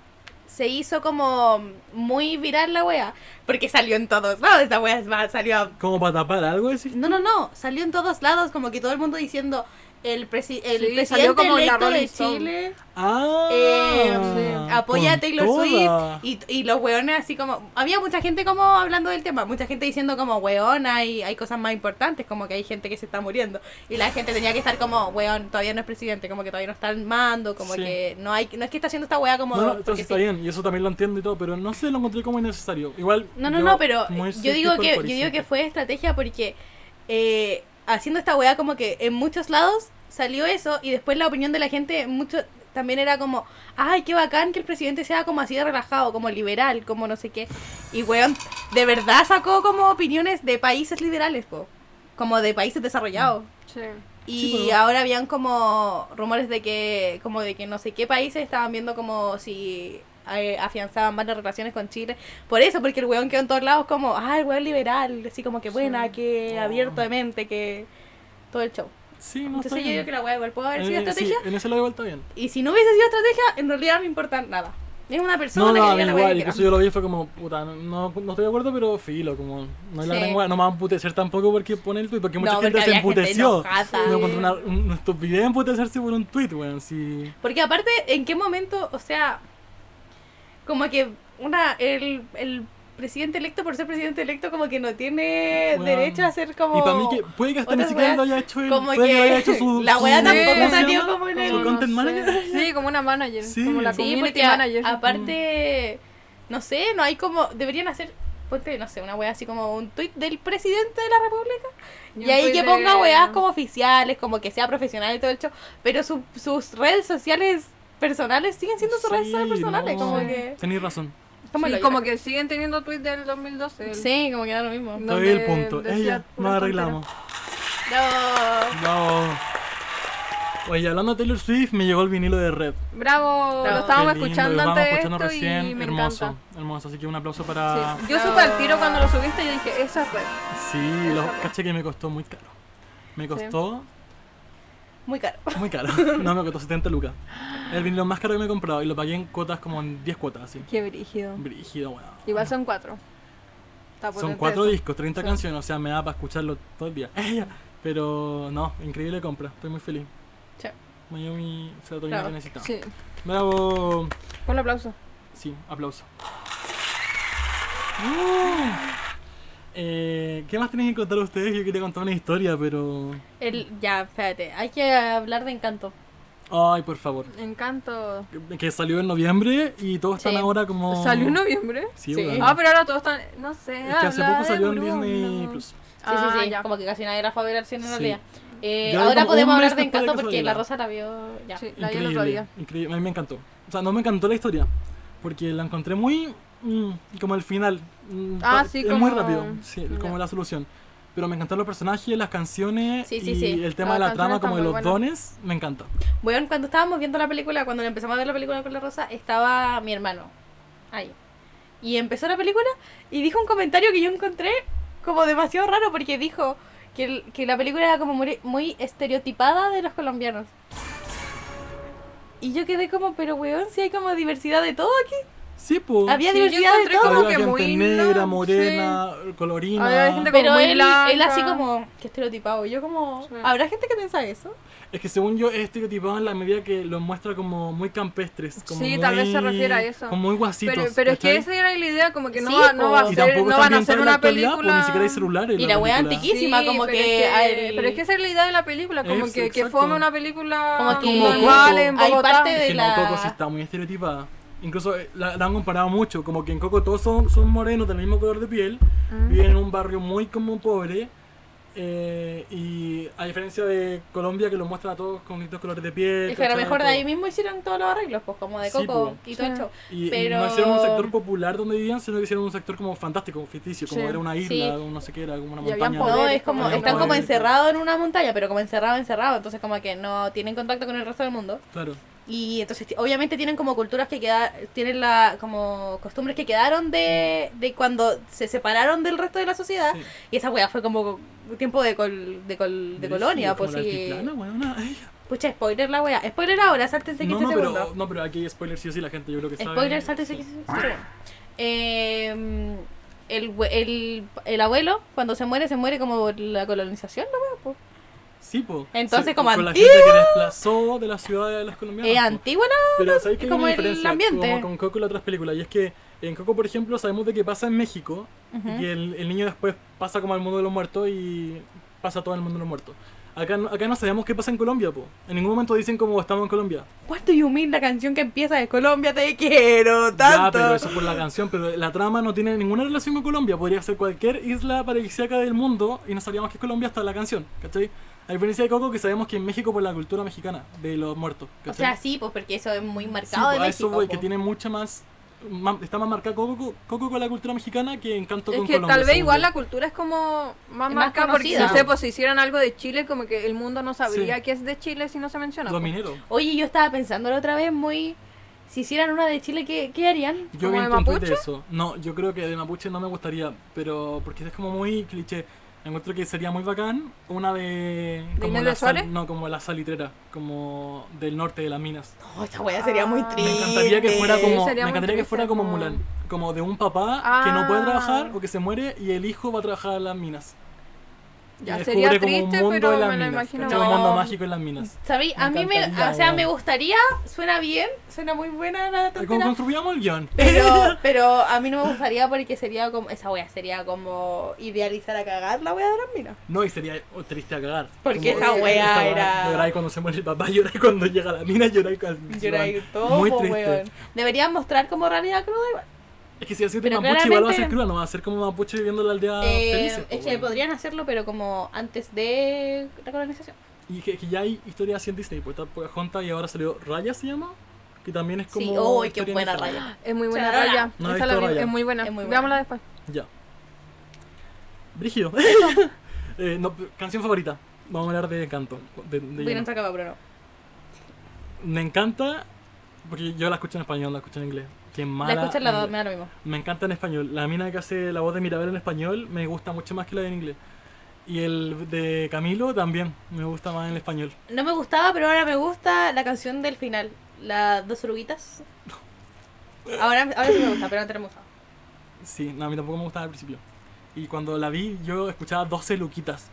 C: se hizo como muy viral la wea, porque salió en todos lados, esta wea es más, salió a...
B: Como para tapar algo, decís.
C: No, no, no, salió en todos lados, como que todo el mundo diciendo el, presi- el
A: Sí,
C: presidente
A: salió como la
C: electo
A: Rolling
C: de
A: Stone.
C: Chile
B: Ah,
C: eh,
A: sí.
C: apoya a
B: con
C: Taylor
B: toda.
C: Swift y, y los weones así como... Había mucha gente como hablando del tema, mucha gente diciendo como weón, hay, hay cosas más importantes, como que hay gente que se está muriendo y la gente tenía que estar como weón, todavía no es presidente, como que todavía no está al mando, como
B: Sí.
C: que no hay no es que está haciendo esta wea como...
B: No, no,
C: porque
B: entonces está
C: sí.
B: bien, y eso también lo entiendo y todo, pero no sé, lo encontré como innecesario. Igual.
C: No, no,
B: yo,
C: no, pero
B: muy
C: yo digo,
B: Swiftie
C: que, yo
B: por
C: digo que
B: Parisita.
C: fue estrategia porque eh, haciendo esta weá como que en muchos lados salió eso y después la opinión de la gente mucho también era como, ay, qué bacán que el presidente sea como así de relajado, como liberal, como no sé qué. Y weón, de verdad sacó como opiniones de países liberales, po, como de países desarrollados.
A: Sí.
C: Y
B: Sí, pues, pero-
C: ahora habían como rumores de que, como de que no sé qué países estaban viendo como si eh, afianzaban más las relaciones con Chile. Por eso, porque el weón quedó en todos lados como, ah, el weón liberal, así como que buena, que
B: Oh.
C: abierto de mente, que todo el show.
B: Sí, no
C: Entonces
B: está
C: yo
B: bien.
C: digo que la weá igual pudo haber
B: Eh,
C: sido estrategia.
B: sí, en ese lado igual está bien.
C: Y si no hubiese sido estrategia, en realidad no me importa nada. Es una persona
B: No, no,
C: que
B: a
C: diga
B: mí
C: la weá
B: igual,
C: que
B: incluso
C: quiera.
B: yo lo vi y fue como, puta, no, no no estoy de acuerdo, pero filo, como, no es la
C: Sí.
B: gran weá, no me van a emputecer tampoco porque pone el tweet, porque mucha
C: No,
B: gente
C: porque
B: se
C: había gente
B: emputeció.
C: enojada.
B: Me encontré una, un- una estupidez emputecerse por un tweet, weón, sí.
C: Porque aparte, ¿en qué momento? O sea, como que una el, el presidente electo, por ser presidente electo, como que no tiene
B: Weón.
C: derecho a ser como...
B: Y para mí que puede que hasta ni
C: otras
B: siquiera
C: weas,
B: lo haya hecho él.
C: como
B: puede que,
C: que
B: haya hecho su.
C: la
B: su-
C: wea
B: ¿cómo
A: tampoco
B: se
A: salió
B: llama?
C: como en el-
B: Su content
A: no sé.
B: manager.
A: Sí, como una manager.
B: Sí.
A: Como la
B: Sí,
C: Sí,
A: community
C: porque a-
A: manager.
C: aparte, no sé, no hay como... Deberían hacer, ponte, no sé, una wea así como un tuit del presidente de la república.
A: Y
C: Y,
A: un
C: ahí
A: tuit
C: que
A: de-
C: ponga weas como oficiales, como que sea profesional y todo el show. Pero su- sus redes sociales personales siguen siendo sus redes
B: Sí,
C: sociales personales,
B: no,
C: como que...
B: Tenés razón.
C: como
A: Sí,
C: lo-
A: como que siguen teniendo tweets del 2012. el-
C: Sí, como que da lo mismo.
A: No.
B: Te doy el
A: Donde
B: punto.
A: decía
B: Ella, nos
A: puras
B: arreglamos.
C: No.
B: Vamos. Oye, hablando de Taylor Swift, me llegó el vinilo de Red.
A: Bravo, lo
C: Bravo.
B: Qué
A: estábamos
B: lindo,
A: escuchando
B: lo estábamos
A: antes
B: escuchando
A: de esto y
B: recién.
A: me
B: Hermoso, Ah.
A: encanta.
B: hermoso. Así que un aplauso
A: Sí.
B: para.
A: Yo supe al tiro cuando lo subiste y yo dije, eso es red.
B: Sí, los caché que me costó muy caro. Me costó
C: Muy caro.
B: muy caro. No, me costó 70 lucas. El vinilo más caro que me he comprado y lo pagué en cuotas como en 10 cuotas, así.
A: Qué brígido.
B: Brígido, weón.
A: Igual son cuatro. Está
B: Son
A: potente
B: cuatro
A: eso.
B: discos, 30
A: Sí.
B: canciones, o sea, me da para escucharlo todo el día. Pero no, increíble compra, estoy muy feliz.
C: Sí.
B: Miami serotonina
C: Bravo.
B: que necesitaba.
A: Sí.
B: Bravo.
A: Con el aplauso.
B: Sí, aplauso. Uh. Eh, ¿Qué más tienen que contar ustedes? Yo quería contar una historia, pero.
C: El, ya, espérate, hay que hablar de encanto.
B: Ay, por favor.
A: Encanto.
B: Que- Que salió en noviembre y todos están
C: Sí.
B: ahora como.
A: ¿Salió en noviembre?
B: Sí,
C: Sí.
B: weón.
A: Ah, pero ahora todos están. No sé.
B: Es que hace
A: habla
B: poco
A: de
B: salió en
A: Bruno.
B: Disney Plus.
C: Sí,
A: Ah,
C: sí, sí.
A: ya.
C: Como que casi nadie la fue a ver al cine en
B: Sí.
C: realidad. Eh,
B: Yo
C: ahora
B: como
C: podemos
B: un mes después
C: hablar de
B: de
C: encanto
B: que
C: porque
B: saliera.
C: la rosa la vio ya.
A: Sí, la vi el otro
B: Increíble,
A: día.
B: increíble. A mí me encantó. O sea, no me encantó la historia. Porque la encontré muy. mm, como el final. Mm,
A: Ah,
B: pa-
A: sí,
B: es
A: como-
B: Muy rápido. Sí,
A: Ya.
B: como la solución. Pero me encantaron los personajes, las canciones.
C: Sí, sí,
B: y
C: sí.
B: el tema
A: Las
B: de la
A: canciones
B: trama, como de
A: están
B: los
A: muy
B: dones. Me encanta.
C: Bueno, cuando estábamos viendo la película, cuando empezamos a ver la película con la rosa, estaba mi hermano ahí. Y empezó la película y dijo un comentario que yo encontré como demasiado raro porque dijo que, el- que la película era como muy, muy estereotipada de los colombianos. Y yo quedé como, pero weón, si hay como diversidad de todo aquí.
B: Sí, pues.
C: Había
A: Sí, yo
C: diversidad de
A: encontré
C: todo.
A: como
B: Había
A: que
B: gente
A: muy
B: negra,
A: no,
B: morena, colorina.
A: Había gente como
C: Pero
A: muy
C: él, él así
A: blanca.
C: como, que estereotipado. Y yo como,
A: Sí.
C: ¿habrá gente que piensa eso?
B: Es que según yo es estereotipado en la medida que los muestra como muy campestres. Como
A: Sí, tal
B: muy-
A: vez se refiere a eso.
B: Como muy guasitos.
A: Pero, pero es que
B: ¿cachai?
A: esa era la idea, como que no,
C: Sí,
A: va, no, va a
C: po.
B: Y
A: ser-
B: tampoco
A: no
B: está
A: van a
B: ambientada
A: hacer
B: en la
A: una
B: actualidad,
A: película.
B: pues, ni siquiera hay celulares. en
C: Y la wea
B: película.
C: antiquísima. como
A: pero
C: que
A: es que,
C: al-
A: pero es que esa es la idea de la película, como
B: Es,
A: que, que
B: exacto.
A: fome una película
C: Como que
A: igual en
C: hay
A: Bogotá.
C: parte de-
B: Es que
C: la-
B: no, Coco sí está muy estereotipada. Incluso eh, la, la han comparado mucho, como que en Coco todos son, son morenos del mismo color de piel,
C: Ah.
B: viven en un barrio muy como pobre, eh, y a diferencia de Colombia que los muestra a todos con distintos colores de piel.
C: Es que a lo
B: ¿cachai?
C: mejor de
B: Todo.
C: ahí mismo hicieron todos los arreglos, pues como de
B: Sí,
C: coco
B: po.
C: y todo el
A: Sí.
C: show.
B: Y
C: Pero-
B: no hicieron un sector popular donde vivían, sino que hicieron un sector como fantástico, ficticio, como
A: Sí.
B: era una
C: Sí.
B: isla, como no sé qué, era como una
A: Y habían
B: montaña.
A: poder.
C: No,
A: poderes,
C: es como,
B: como de
C: están como
B: poderes.
C: encerrados en una montaña, pero como encerrado, encerrado. Entonces como que no tienen contacto con el resto del mundo.
B: Claro.
C: Y entonces ti- obviamente tienen como culturas que queda, tienen la, como costumbres que quedaron de, de cuando se separaron del resto de la sociedad.
B: Mm. sí.
C: Y esa weá fue como tiempo de, col- de, col- de
B: Brígido,
C: colonia,
B: como
C: pues
B: la
C: sí.
B: altiplana, weona. Ay.
C: Pucha, spoiler la weá. Spoiler ahora, sáltense 15
B: No, no,
C: segundos.
B: pero, no, pero aquí hay spoilers sí o sí, la gente yo creo que sabe.
C: Spoiler, salte
B: Sí.
C: eh, el, we- el, el abuelo, cuando se muere, se muere como por la colonización, ¿no? wea, po.
B: Sí, po.
C: Entonces,
B: Sí,
C: como
B: con la gente que desplazó de la ciudad de las colombianas.
C: Es
B: po.
C: antigua, ¿no?
B: Pero sabéis que hay
C: como
B: una
C: el
B: diferencia
C: ambiente.
B: como con Coco y las otras películas. Y es que en Coco, por ejemplo, sabemos de que pasa en México y que el, el niño después pasa como al mundo de los muertos y pasa todo el mundo de los muertos. Acá, no- acá no sabemos qué pasa en Colombia, po. En ningún momento dicen como estamos en Colombia.
C: ¿Cuánto y humilde la canción que empieza de Colombia te quiero
B: Ya,
C: tanto?
B: pero eso por la canción, pero la trama no tiene ninguna relación con Colombia. Podría ser cualquier isla paradisíaca del mundo y no sabíamos que es Colombia hasta la canción, ¿cachai? A diferencia de Coco, que sabemos que en México por la cultura mexicana de los muertos,
C: o
B: ¿cachai?
C: sea, sí, pues porque eso es muy
B: Sí,
C: marcado de
B: pues, a eso
C: México.
B: voy, que
C: po.
B: tiene mucha más. ma- está más marcada Coco, Coco con la cultura mexicana que Encanto
A: Es
B: con
A: que
B: Colombia.
A: tal vez
B: según
A: igual
B: yo.
A: la cultura es como más
C: Es más
A: marca porque
C: conocida.
A: no sé, pues si hicieran algo de Chile, como que el mundo no sabría
B: Sí.
A: que es de Chile si no se menciona.
B: Los
A: pues.
B: mineros.
C: Oye, yo estaba pensando la otra vez muy... Si hicieran una de Chile, ¿qué, qué harían?
B: Yo
A: ¿Como
B: vi
A: de
B: un tweet de
A: mapuche?
B: eso. No, yo creo que de mapuche no me gustaría, pero porque es como muy cliché. Encuentro que sería muy bacán una de. como
A: Inés
B: la
A: de
B: sal-
A: Suárez?
B: No, como la salitrera, como del norte de las minas.
C: No, esta weá sería muy
A: Ah.
C: triste.
B: Me encantaría que fuera como.
A: sería muy
B: me encantaría que
A: triste,
B: fuera como
A: como-
B: Mulan. Como de un papá que no puede
A: Ah.
B: trabajar o que se muere y el hijo va a trabajar en las minas.
A: Ya
B: Y
A: sería
B: descubre como un
A: triste,
B: mundo
A: pero
B: en las
A: me lo
B: minas,
A: imagino.
B: ¿cachai? Un mundo
C: No.
B: mágico en las minas.
C: ¿Sabéis?
B: Me
C: A mí me...
B: encantaría,
C: O sea,
B: weón.
C: me gustaría... Suena bien, suena muy buena la
B: Como
C: tontera.
B: construyamos el guión.
C: Pero, pero a mí no me gustaría porque sería como. Esa wea sería como idealizar a cagar la wea de las minas.
B: No, y sería oh, triste a cagar.
C: Porque
B: Como,
A: esa
B: eh,
C: wea
B: esa
C: era-
B: Lloráis cuando se muere el papá, lloráis cuando llega la mina, lloráis cuando.
C: Yo era todo,
B: Muy
C: po,
B: triste.
C: weón. Deberían mostrar como realidad cruda igual.
B: Es que si así de
C: Pero
B: mapuche, igual va a ser
C: claramente-
B: cruda, no va a ser como mapuche viviendo en la aldea
C: Eh,
B: feliz.
C: es que podrían hacerlo, pero como antes de la colonización.
B: Y que, que ya hay historias así en Disney, pues está Pocahontas y ahora salió Raya, se llama. Que también es como.
C: Sí, oh, qué
B: historia
C: buena
B: animada.
C: raya.
A: Es muy buena
C: Charola.
A: Raya.
B: No he
A: Esa
B: visto
A: la vi-
B: Raya.
A: es muy buena.
C: Es muy buena.
A: Veámosla después.
B: Ya. Brígido. Eh, no, pero canción favorita. Vamos a hablar de canto. De, de
C: Hubieran
B: lleno.
C: sacado a Bruno.
B: Me encanta. Porque yo la escucho en español, la escucho en inglés. Qué
C: La
B: mala.
C: escuchan las dos,
B: inglés.
C: me da lo mismo.
B: Me encanta en español. La mina que hace la voz de Mirabel en español me gusta mucho más que la de en inglés. Y el de Camilo también me gusta más en español.
C: No me gustaba, pero ahora me gusta la canción del final. Las dos oruguitas. Ahora, ahora sí me gusta, pero antes no me gustaba.
B: Sí, no, a mí tampoco me gustaba al principio. Y cuando la vi, yo escuchaba 12 luquitas.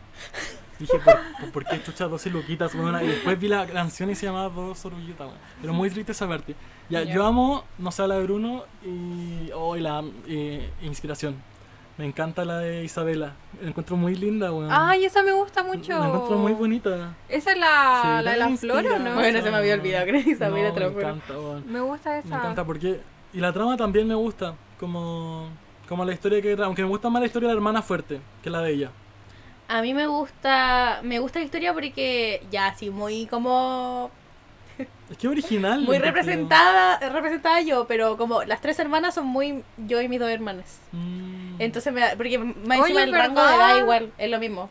B: Dije, ¿por, por qué chucha 12 luquitas? weona? Y después vi la canción y se llamaba Dos Orullitas, weón. Pero muy triste esa parte. Ya,
C: Ya.
B: yo amo No sé la de Bruno y. Oh, y la eh, Inspiración. Me encanta la de Isabela. La encuentro muy linda, weón.
A: Ay, esa me gusta mucho.
B: Ah. La encuentro muy bonita.
A: ¿Esa es la,
B: Sí,
A: la de
B: dale
A: las flores o no?
B: inspiración.
C: Bueno, se me había olvidado, creo que Isabela
B: No,
C: te
B: me
C: lo juro.
B: encanta, weón.
A: Me gusta esa.
B: Me encanta porque. Y la trama también me gusta. Como. Como la historia que. Aunque me gusta más la historia de la hermana fuerte que la de ella.
C: A mí me gusta, me gusta la historia porque ya así muy como
B: Es que original.
C: muy
B: encuentro.
C: representada, representada yo, pero como las tres hermanas son muy yo y mis dos hermanas.
B: Mm.
C: Entonces me da, porque más
A: Oye,
C: encima el rango
A: ¿verdad?
C: de edad igual, es lo mismo.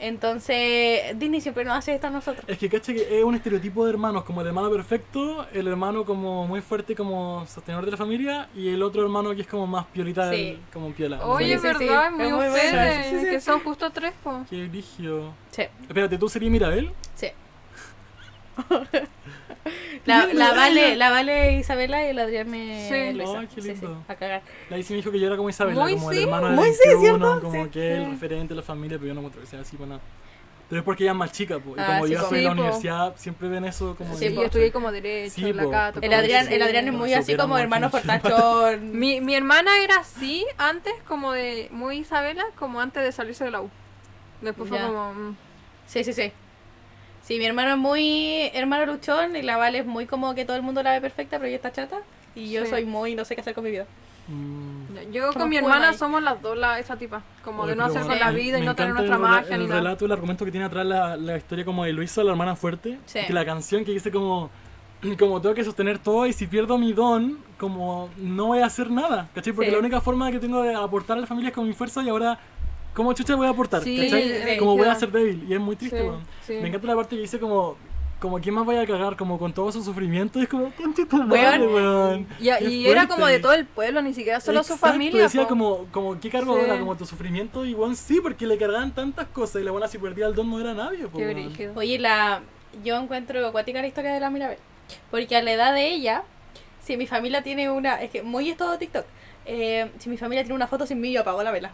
C: Entonces, Disney siempre nos hace esto a nosotros.
B: Es que caché que es un estereotipo de hermanos, como el hermano perfecto, el hermano como muy fuerte como sostenedor de la familia y el otro hermano que es como más piolita,
C: Sí.
B: del- como piola.
A: Oye,
C: Sí, sí, sí.
A: verdad,
C: Es
A: muy
C: muy buena.
A: ustedes,
C: Sí, sí, sí.
A: que son justo tres, pues. po.
B: Qué brillo.
C: Sí,
B: Espérate, ¿tú serías Mirabel?
C: sí. La, la vale, la vale e Isabela y la Adrián me
A: Sí.
C: Luisa.
B: Ay, qué
C: Sí, sí,
B: lindo.
C: a cagar.
B: La sí me dijo que yo era como Isabela,
A: Muy
B: como
A: sí,
B: el hermano de
C: muy sí,
B: 21,
C: ¿cierto?
B: como
C: Sí.
B: que el
C: Mm.
B: referente de la familia, pero yo no encuentro que sea así para nada. Pero es porque ella es más chica, po. y
C: Ah,
B: como
C: sí,
B: yo
C: po.
B: estoy en la
A: Sí, po.
B: universidad, siempre ven eso como...
C: Sí,
A: Sí,
B: de-
C: po.
A: yo estudié como derecho,
B: Sí,
A: la
B: po.
A: Cato.
C: El
A: como
C: Adrián,
A: sí.
C: el Adrián es
B: Como
C: muy
B: si
C: así como
B: supiéramos
C: hermano
B: quién-
C: portachón.
A: Mi, mi hermana era así antes, como de muy Isabela, como antes de salirse de la U. Después
C: Ya.
A: fue como... mm,
C: Sí, sí, sí. Sí, mi hermano es muy hermano luchón y la Vale es muy como que todo el mundo la ve perfecta, pero ella está chata. Y yo
A: Sí.
C: soy muy, no sé qué hacer con mi vida.
B: Mm.
A: Yo
C: Somos
A: con mi
C: cool,
A: hermana
C: Mari.
A: somos las dos, la, esa tipa. Como
B: Oye,
A: de no
B: pero
A: hacer con
B: bueno,
A: la
B: me-
A: vida y
B: me
A: no tener
B: encanta
A: nuestra
B: el rela-
A: magia ni
B: El
A: nada.
B: relato, el argumento que tiene atrás la, la historia como de Luisa, la hermana fuerte.
C: Sí.
B: Que la canción que dice como, como tengo que sostener todo y si pierdo mi don, como no voy a hacer nada. ¿Cachai? Porque
C: Sí.
B: la única forma que tengo de aportar a la familia es con mi fuerza y ahora, ¿cómo chucha voy a aportar?
A: Sí,
B: ¿Cachai?
C: sí.
B: Como voy a ser débil. Y es muy
A: Sí,
B: triste, weón.
A: sí.
B: Me encanta la parte que dice como... Como, ¿quién más vaya a cagar? Como con todo su sufrimiento. Es como, concha tu madre,
C: Weón.
B: weón.
A: Y,
B: Qué
A: y era como de
B: fuerte.
A: todo el pueblo, ni siquiera solo su
B: Exacto,
A: familia.
B: decía
A: po.
B: como, como, ¿qué cargo
A: Sí.
B: ahora? Como tu sufrimiento. Y Juan sí, porque le cargaban tantas cosas. Y la buena si perdía el don no era nadie. po,
A: Qué
B: weón.
A: brígido.
C: Oye, la yo encuentro acuática la historia de la Mirabel. Porque a la edad de ella, si mi familia tiene una. Es que muy es todo TikTok. Eh, si mi familia tiene una foto sin mí, yo apago la vela.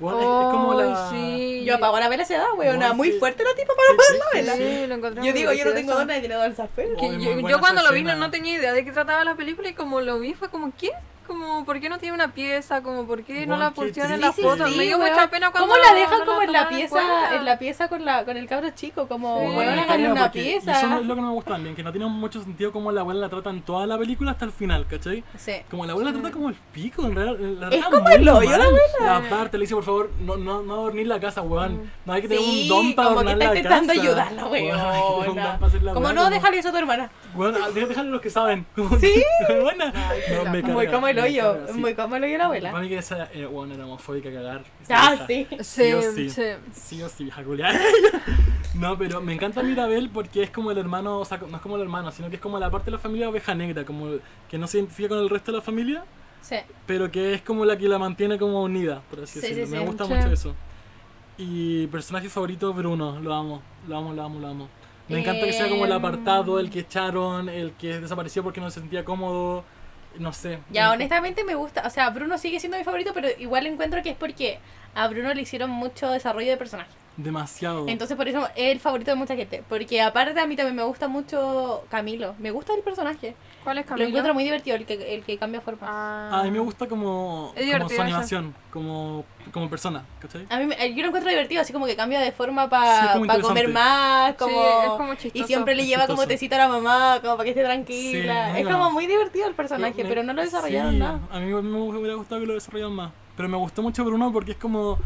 B: Weón, es, es como la...
A: Ay, sí.
C: Yo apago la vela a esa edad, weona.
B: Bueno,
C: Muy
B: sí.
C: fuerte la tipa
B: Sí,
C: para apagar
B: sí,
C: la
B: sí,
C: vela.
A: Sí, lo encontré
C: Yo
A: muy
C: digo, yo no
A: gracioso.
C: tengo dona y tiene don Salfer.
A: Que
B: Ay, muy
A: yo, yo
B: buena esa
A: cuando lo vi no,
B: escena.
A: no tenía idea de qué trataba la película y como lo vi fue como, ¿qué? Como, ¿por qué no tiene una pieza? Como, ¿por qué no
B: Weón,
A: la
B: qué
A: pusieron en
B: triste.
A: la foto?
B: Sí,
A: Me dio
C: weón.
A: mucha pena cuando
C: ¿Cómo la dejan
A: no
C: como en la
A: tomaron
C: pieza,
A: cuenta?
C: en la pieza con la con el cabro chico, como
A: Sí.
B: Weón,
C: weón,
B: es
C: háganle
B: terrible
C: una
B: porque- y
C: pieza?
B: Eso es lo que no me gusta también, que no tiene mucho sentido cómo la abuela la trata en toda la película hasta el final, ¿cachai?
C: Sí.
B: Como la abuela la trata como el pico, en realidad. la
C: Es
B: trata
C: como
B: muy
C: el hoyo,
B: mal.
C: la
B: Aparte, le dice, por favor, no, no, no adornir la casa, weón. No hay que tener
C: Mm. Sí,
B: un don para
C: como que
B: adornar la
C: está
B: casa.
C: intentando ayudarla,
B: Weón, hay que tener un don
C: weona.
B: para hacer la
C: Como
B: weá,
C: no, déjale eso a tu hermana.
B: Bueno, al- déjale los que saben.
C: Sí.
B: Buena. No, me
C: Muy
B: carga,
C: como el
B: me
C: hoyo,
B: carga, sí.
C: muy como el hoyo la
B: Para
C: abuela.
B: mí que esa eh, bueno, era homofóbica cagar. Esa
C: Ah,
B: vieja.
C: sí.
A: Sí,
B: o sí.
A: sí.
B: Sí o sí, vieja culia. No, pero me encanta Mirabel porque es como el hermano, o sea, no es como el hermano, sino que es como la parte de la familia oveja negra, como que no se identifica con el resto de la familia,
C: Sí.
B: pero que es como la que la mantiene como unida, por así
C: Sí, sí,
B: decirlo. me
C: sí.
B: gusta
A: Sí.
B: mucho eso. Y personaje favorito, Bruno, lo amo, lo amo, lo amo, lo amo. Me encanta que sea como el
C: Em.
B: apartado, el que echaron, el que desapareció porque no se sentía cómodo, no sé.
C: Ya,
B: Me-
C: honestamente me gusta, o sea, Bruno sigue siendo mi favorito, pero igual encuentro que es porque a Bruno le hicieron mucho desarrollo de personaje.
B: Demasiado.
C: Entonces por eso es el favorito de mucha gente. Porque aparte a mí también me gusta mucho Camilo. Me gusta el personaje.
A: ¿Cuál es
C: Lo encuentro
A: Camilo? Ah.
C: muy Ah. divertido el que, el que cambia forma.
B: Ah. a mí me gusta como,
A: Es
B: como su
A: divertido eso.
B: animación, como, como persona, ¿cachai?
C: A mí me- yo lo encuentro divertido, así como que cambia de forma
B: Sí, es
C: para
B: como
C: comer
B: interesante.
C: más,
A: Sí,
C: como...
A: es como
C: y
A: chistoso.
C: siempre le lleva como
B: Chistoso.
C: tecito a la mamá, como para que esté tranquila.
B: Sí,
C: es
B: no,
C: como
B: no.
C: muy divertido el personaje,
B: Me-
C: pero no lo desarrollaron
B: sí,
C: nada.
B: A mí me, me hubiera gustado que lo desarrollaran más. Pero me gustó mucho Bruno porque es como.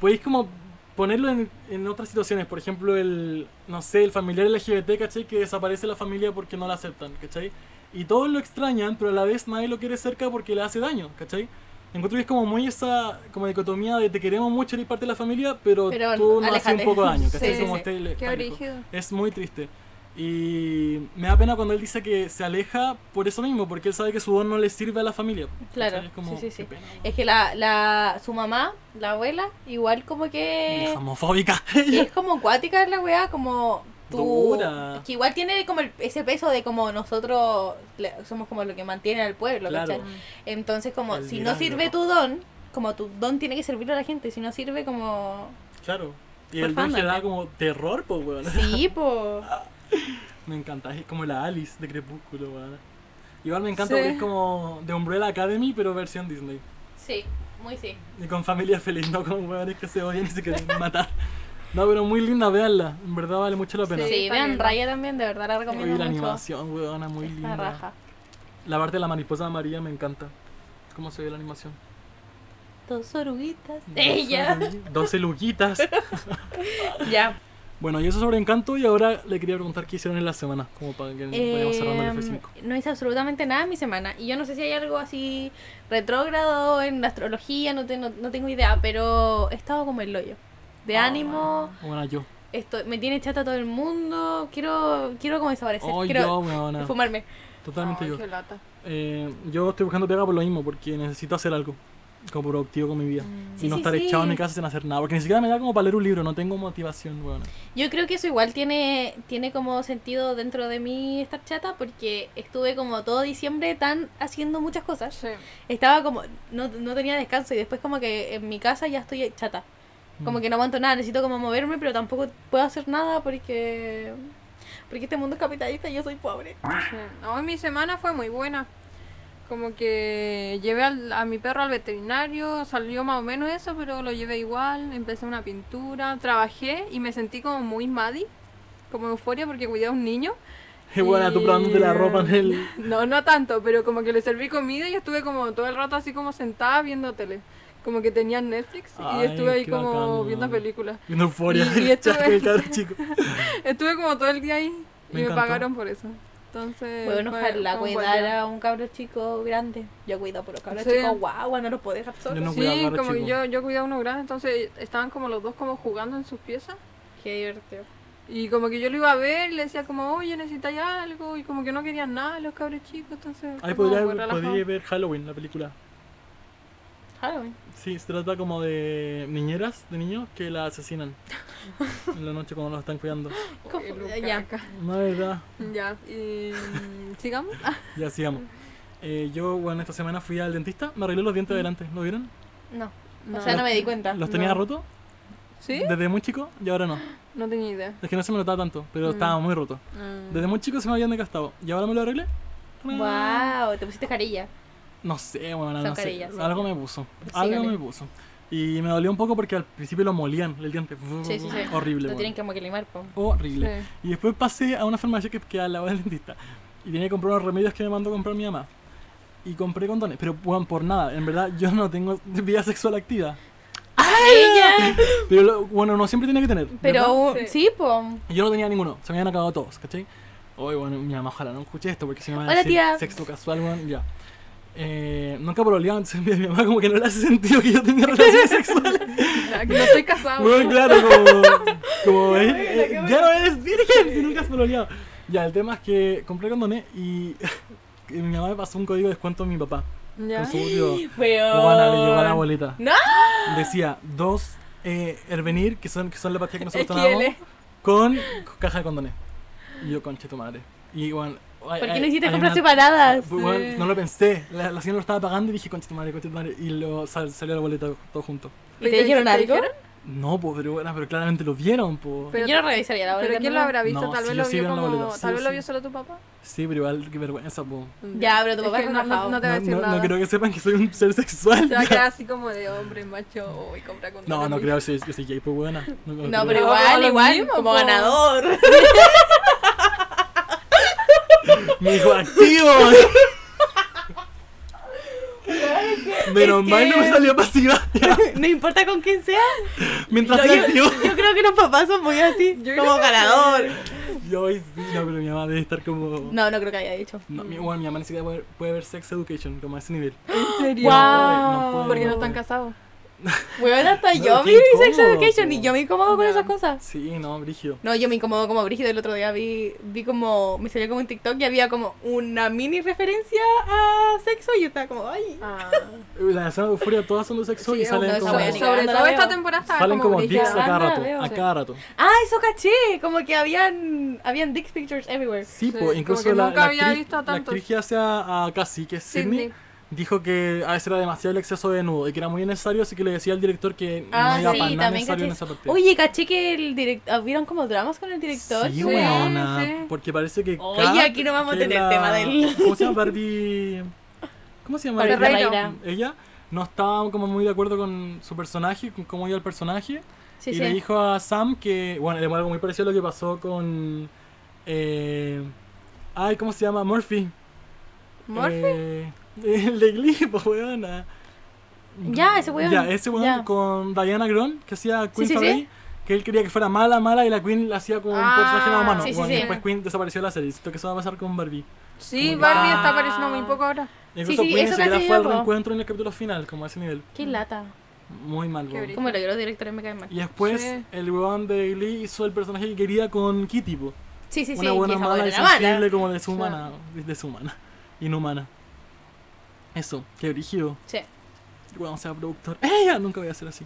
B: Podéis como ponerlo en, en otras situaciones. Por ejemplo, el. No sé, el familiar LGBT, ¿cachai? Que desaparece la familia porque no la aceptan, ¿cachai? Y todos lo extrañan, pero a la vez nadie lo quiere cerca porque le hace daño, ¿cachai? Encuentro que es como muy esa como dicotomía de te queremos mucho, eres parte de la familia, pero,
C: Pero
B: tú nos haces
C: aléjate.
B: un poco daño, ¿cachai?
C: Sí,
B: Como
C: sí.
B: este-
A: Qué
B: tal-
A: brígido.
B: es muy triste. Y me da pena cuando él dice que se aleja por eso mismo, porque él sabe que su don no le sirve a la familia.
C: Claro,
B: ¿Cachai? Es como,
C: sí, sí, sí.
B: qué pena,
C: Es que la, la, su mamá, la abuela, igual como que...
B: Vieja homofóbica.
C: Es como cuática la weá, como... Tú,
B: Dura.
C: Que igual tiene como el- ese peso de como nosotros le- somos como lo que mantiene al pueblo,
B: Claro.
C: ¿cachai? Entonces como
B: El
C: si no
B: liderazgo.
C: sirve tu don, como tu don tiene que servirle a la gente, si no sirve como...
B: Claro. Y el
C: Por
B: dije
C: fandom. ¿eh?
B: da como terror, pues, weón.
C: Sí, po.
B: Ah. Me encanta, es como la Alice de Crepúsculo, weón. Igual me encanta
A: Sí.
B: porque es como de Umbrella Academy, pero versión Disney.
C: Sí, muy sí.
B: Y con familia feliz, no con huevones que se odian y se quieren matar. No, pero muy linda, veanla. En verdad vale mucho la pena.
A: Sí,
C: Sí,
A: está
C: vean
A: lindo.
C: Raya también, de verdad la
B: Oye,
C: recomiendo
B: la
C: mucho.
B: animación, weona, muy
C: Es
B: linda.
C: la raja.
B: La parte de la mariposa amarilla me encanta. ¿Cómo se ve la animación?
C: Dos oruguitas.
B: Dos
C: Ella.
B: orugu- Dos luquitas.
C: Ya.
B: bueno, y eso sobre Encanto. Y ahora le quería preguntar qué hicieron en la semana. Como para que vayamos cerrando el
C: Em,
B: F5.
C: no hice absolutamente nada en mi semana. Y yo no sé si hay algo así retrógrado en la astrología, no, te- no, no tengo idea, pero he estado como el hoyo. De
B: Ah.
C: ánimo,
B: Bueno, yo.
C: estoy, me tiene chata todo el mundo, quiero, quiero como desaparecer,
B: Oh, yo,
C: quiero
B: weona.
C: fumarme.
B: Totalmente
A: Ay,
B: yo.
A: qué lata.
B: Eh, yo estoy buscando pega por lo mismo, porque necesito hacer algo como productivo con mi vida.
C: Mm. Sí,
B: y no
C: sí,
B: estar
C: sí.
B: echado en mi casa sin hacer nada. Porque ni siquiera me da como para leer un libro, no tengo motivación, weón.
C: Yo creo que eso igual tiene, tiene como sentido dentro de mí estar chata, porque estuve como todo diciembre tan haciendo muchas cosas.
A: Sí.
C: Estaba como, no, no tenía descanso y después como que en mi casa ya estoy chata.
A: Mm.
B: Mm.
C: Como que no aguanto nada, necesito como moverme, pero tampoco puedo hacer nada porque... Porque este mundo es capitalista y yo soy pobre.
A: Sí. No, mi semana fue muy buena. Como que llevé al- a mi perro al veterinario, salió más o menos eso, pero lo llevé igual, empecé una pintura, trabajé y me sentí como muy maddy, como euforia porque cuidé a un niño.
B: Y bueno, tú
A: Y-
B: probándote la ropa en el.
A: No, no tanto, pero como que le serví comida y estuve como todo el rato así como sentada viendo tele. Como que tenía Netflix y
B: Ay,
A: estuve ahí
B: qué
A: como
B: bacán,
A: viendo
B: weón.
A: películas.
B: Una euforia.
A: Y- y estuve-
B: Chasco de cabro chico.
A: Estuve como todo el día ahí y
B: Me
A: me,
B: encantó.
A: pagaron por eso. Entonces...
C: Bueno,
A: fue-
C: ojalá
A: fue un buen
C: cuidar
A: día.
C: a un cabro chico grande. Yo cuido por los cabros
A: Sí.
C: chicos guau, no los puedo dejar solos.
B: Yo no- cuidaba
A: Sí,
B: al
A: como que
B: chico.
A: yo, yo cuidaba a uno grande, entonces estaban como los dos como jugando en sus piezas.
C: Qué divertido.
A: Y como que yo lo iba a ver y le decía como, oye, necesitáis algo. Y como que no querían nada los cabros chicos, entonces... fue
B: Ahí
A: como
B: podría,
A: muy relajado.
B: podría ver Halloween, la película.
C: Halloween.
B: Sí, se trata como de niñeras, de niños que la asesinan. en la noche cuando los están cuidando.
A: Oye,
C: ¿Cómo?
A: Luca,
C: Ya.
A: acá.
B: No, de verdad.
A: Ya, y... mm, ¿Sigamos?
B: Ya sigamos. Eh, yo, bueno, esta semana fui al dentista, me arreglé los dientes adelante, ¿lo vieron?
C: No.
A: No.
C: O sea, Mm. no me di cuenta.
B: Los tenía
A: No.
B: rotos
A: ¿Sí?
B: desde muy chico y ahora no.
A: No tenía idea.
B: Es que no se me notaba tanto, pero estaba muy roto.
A: Mm.
B: Desde muy chico se me habían desgastado y ahora me lo arreglé.
C: Mm. Wow, te pusiste carilla.
B: No sé, bueno,
C: Son
B: no sé.
C: carillas, sí.
B: Algo me puso. Algo
C: Sígale.
B: me puso. Y me dolió un poco porque al principio lo molían el diente.
C: Sí, sí, sí.
B: Horrible.
C: Lo
B: bueno.
C: tienen como que limar, po.
B: Horrible.
A: Sí.
B: Y después pasé a una farmacia que queda al lado del dentista. Y tenía que comprar unos remedios que me mandó a comprar mi mamá. Y compré condones. Pero, bueno, por nada. En verdad, yo no tengo vida sexual activa.
C: ¡Ella!
B: Pero, lo- bueno, uno siempre tiene que tener.
C: Pero
B: ¿verdad?
C: un-
A: Sí.
C: sí, po.
B: Yo no tenía ninguno. Se me habían acabado todos, ¿cachai? Hoy, bueno, mi mamá ojalá no escuché esto porque si me va a
C: Hola,
B: decir
C: tía.
B: sexo casual, bueno, ya. Eh, nunca pololeaba, entonces mi, mi mamá como que no le hace sentido que yo tenga relaciones sexuales.
A: Ya, que No estoy casado.
B: Bueno, claro, como, como es-
C: buena, qué
B: eh, ya
C: buena.
B: no eres virgen si nunca has pololeado. Ya, el tema es que compré condones y, y mi mamá me pasó un código de descuento a mi papá.
A: Ya.
B: Con su último, Juana le llegó a la
C: Pero...
B: abuelita.
C: ¡No!
B: Decía dos eh, Hervenir, que son, que son las pastillas que nosotros tomamos,
A: XL.
B: con caja de condones. Y yo, conche tu madre. Y bueno, ay,
C: ¿Por qué
B: ay,
C: no hiciste
B: Eh, hay
C: compras
B: una-
C: separadas?
B: pues, bueno, no lo pensé. La, la señora lo estaba pagando y dije, conche tu madre, conche tu madre. Y lo, sal- salió la boleta todo junto.
C: ¿Y te dijeron algo?
B: No, pues, pero bueno, pero claramente lo vieron, pues.
A: Pero-
C: Yo no revisaría la
A: ¿Pero
C: verdad,
A: quién
C: no.
A: lo habrá visto?
B: No,
A: tal
B: sí,
A: vez
B: yo
A: lo
B: sí
A: vio
B: veo la
A: como...
B: boleta, sí,
A: tal
B: yo
A: vez lo
B: sí.
A: vio solo tu papá.
B: Sí, pero igual, qué vergüenza, pues.
C: Ya, pero tu
A: Es
C: papá
A: que
C: es
A: no- no-
C: relajado.
A: no te va a
B: No,
A: decir
B: no, no
A: nada.
B: creo que sepan que soy un ser sexual.
A: Se va a quedar así como de hombre, macho, y compra con
B: No, no creo que soy, que soy gay, pues, buena. No, no
A: No,
B: creo.
C: No, pero
A: como
C: igual,
A: lo
C: igual,
A: mismo,
C: como
A: po.
C: ganador.
B: ¡Me dijo activo! Menos
C: Es
B: mal no me
C: que-
B: salió pasiva.
C: no importa con quién sea.
B: Mientras
C: Yo,
B: sea
C: yo-
B: activo.
C: yo creo que los papás son muy así,
A: Yo creo
C: como
A: que-
C: ganador.
B: Yo hoy sí, no, pero mi mamá debe estar como.
C: No, no creo que haya dicho.
B: No, mi, bueno, mi mamá ni siquiera puede, puede ver Sex Education, como a ese nivel.
A: ¿En serio?
B: Guau. No
A: Porque
B: puedo.
A: no están casados.
C: Weón, hasta
B: No,
C: yo
B: qué
C: vi Sex
B: incómodo,
C: Education
B: po.
C: y yo me incomodo con
A: Ya.
C: esas cosas.
B: Sí, no, brígido.
C: No, yo me incomodo como brígido el otro día vi, vi como, me salió como un TikTok y había como una mini referencia a sexo y yo estaba como, ay.
B: Ah, Las escenas de euforia todas son de sexo
A: Sí,
B: y salen
A: no,
C: esa
B: como.
A: sobre,
C: ni
A: sobre
C: cagando la
A: todo esta
C: veo.
A: temporada estaba
B: Salen como
A: brillada.
B: dicks a cada
C: Ah,
B: rato.
C: veo,
B: A
A: sí.
B: cada rato.
C: Ah, eso caché, como que habían, habían dick pictures everywhere.
B: Sí,
A: Sí,
B: po,
A: como
B: incluso
A: que
B: la,
A: nunca
B: la
A: había
B: actriz,
A: visto
B: la
A: tanto.
B: actriz que hace a, a Cassie, que es Sidney,
A: Ah, Sydney.
B: dijo que a veces era demasiado el exceso de desnudo y que era muy necesario, así que le decía al director que
C: Ah,
B: no iba para nada necesario en esa partida.
C: Oye, caché que el director. ¿Vieron como dramas con el director?
B: Sí,
A: sí.
B: weona,
A: Sí.
B: porque parece que.
C: Oye,
B: Kat,
C: aquí no vamos a
B: que es
C: tener tema del-
B: ¿Cómo se llama Barbie? ¿Cómo se llama?
C: Barbie
B: ella?
C: Ferreira.
B: Ella no estaba como muy de acuerdo con su personaje, con cómo iba el personaje.
C: Sí,
B: y
C: sí.
B: le dijo a Sam que, bueno, era algo muy parecido a lo que pasó con. eh, ay, ¿cómo se llama? Murphy.
A: ¿Murphy?
B: Eh, el de Glee, pues, weona.
C: Ya, ese weón.
B: Ya, ese weón
C: Ya.
B: con Diana Gron, que hacía Queen
C: sí, sí.
B: Faraday, que él quería que fuera mala, mala, y la Queen la hacía como un personaje más
A: Ah,
B: humano.
C: sí, sí,
B: Bueno, y
C: sí.
B: después Queen desapareció de la serie. Siento que eso va a pasar con Barbie.
A: Sí,
B: Muy
A: Barbie
C: bien.
A: está apareciendo muy poco ahora.
B: Incluso
C: sí,
B: Queen ni
C: eso
B: siquiera
C: casi
B: fue al
C: yo, po.
B: reencuentro en el capítulo final, como a ese nivel.
C: Qué lata.
B: Muy mal,
A: Qué
B: weón.
A: brillo.
C: Como lo que los directores me caen mal.
B: Y después
A: Sí.
B: el weón de Glee hizo el personaje que quería con Kitty, po.
C: Sí, sí, sí.
B: una buena
C: que esa
B: mala y
C: weona era
B: sensible
C: mala.
B: como deshumana, deshumana, inhumana. Eso, qué brígido.
C: Sí.
B: Bueno, sea productor. ¡Ella! Nunca voy a ser así.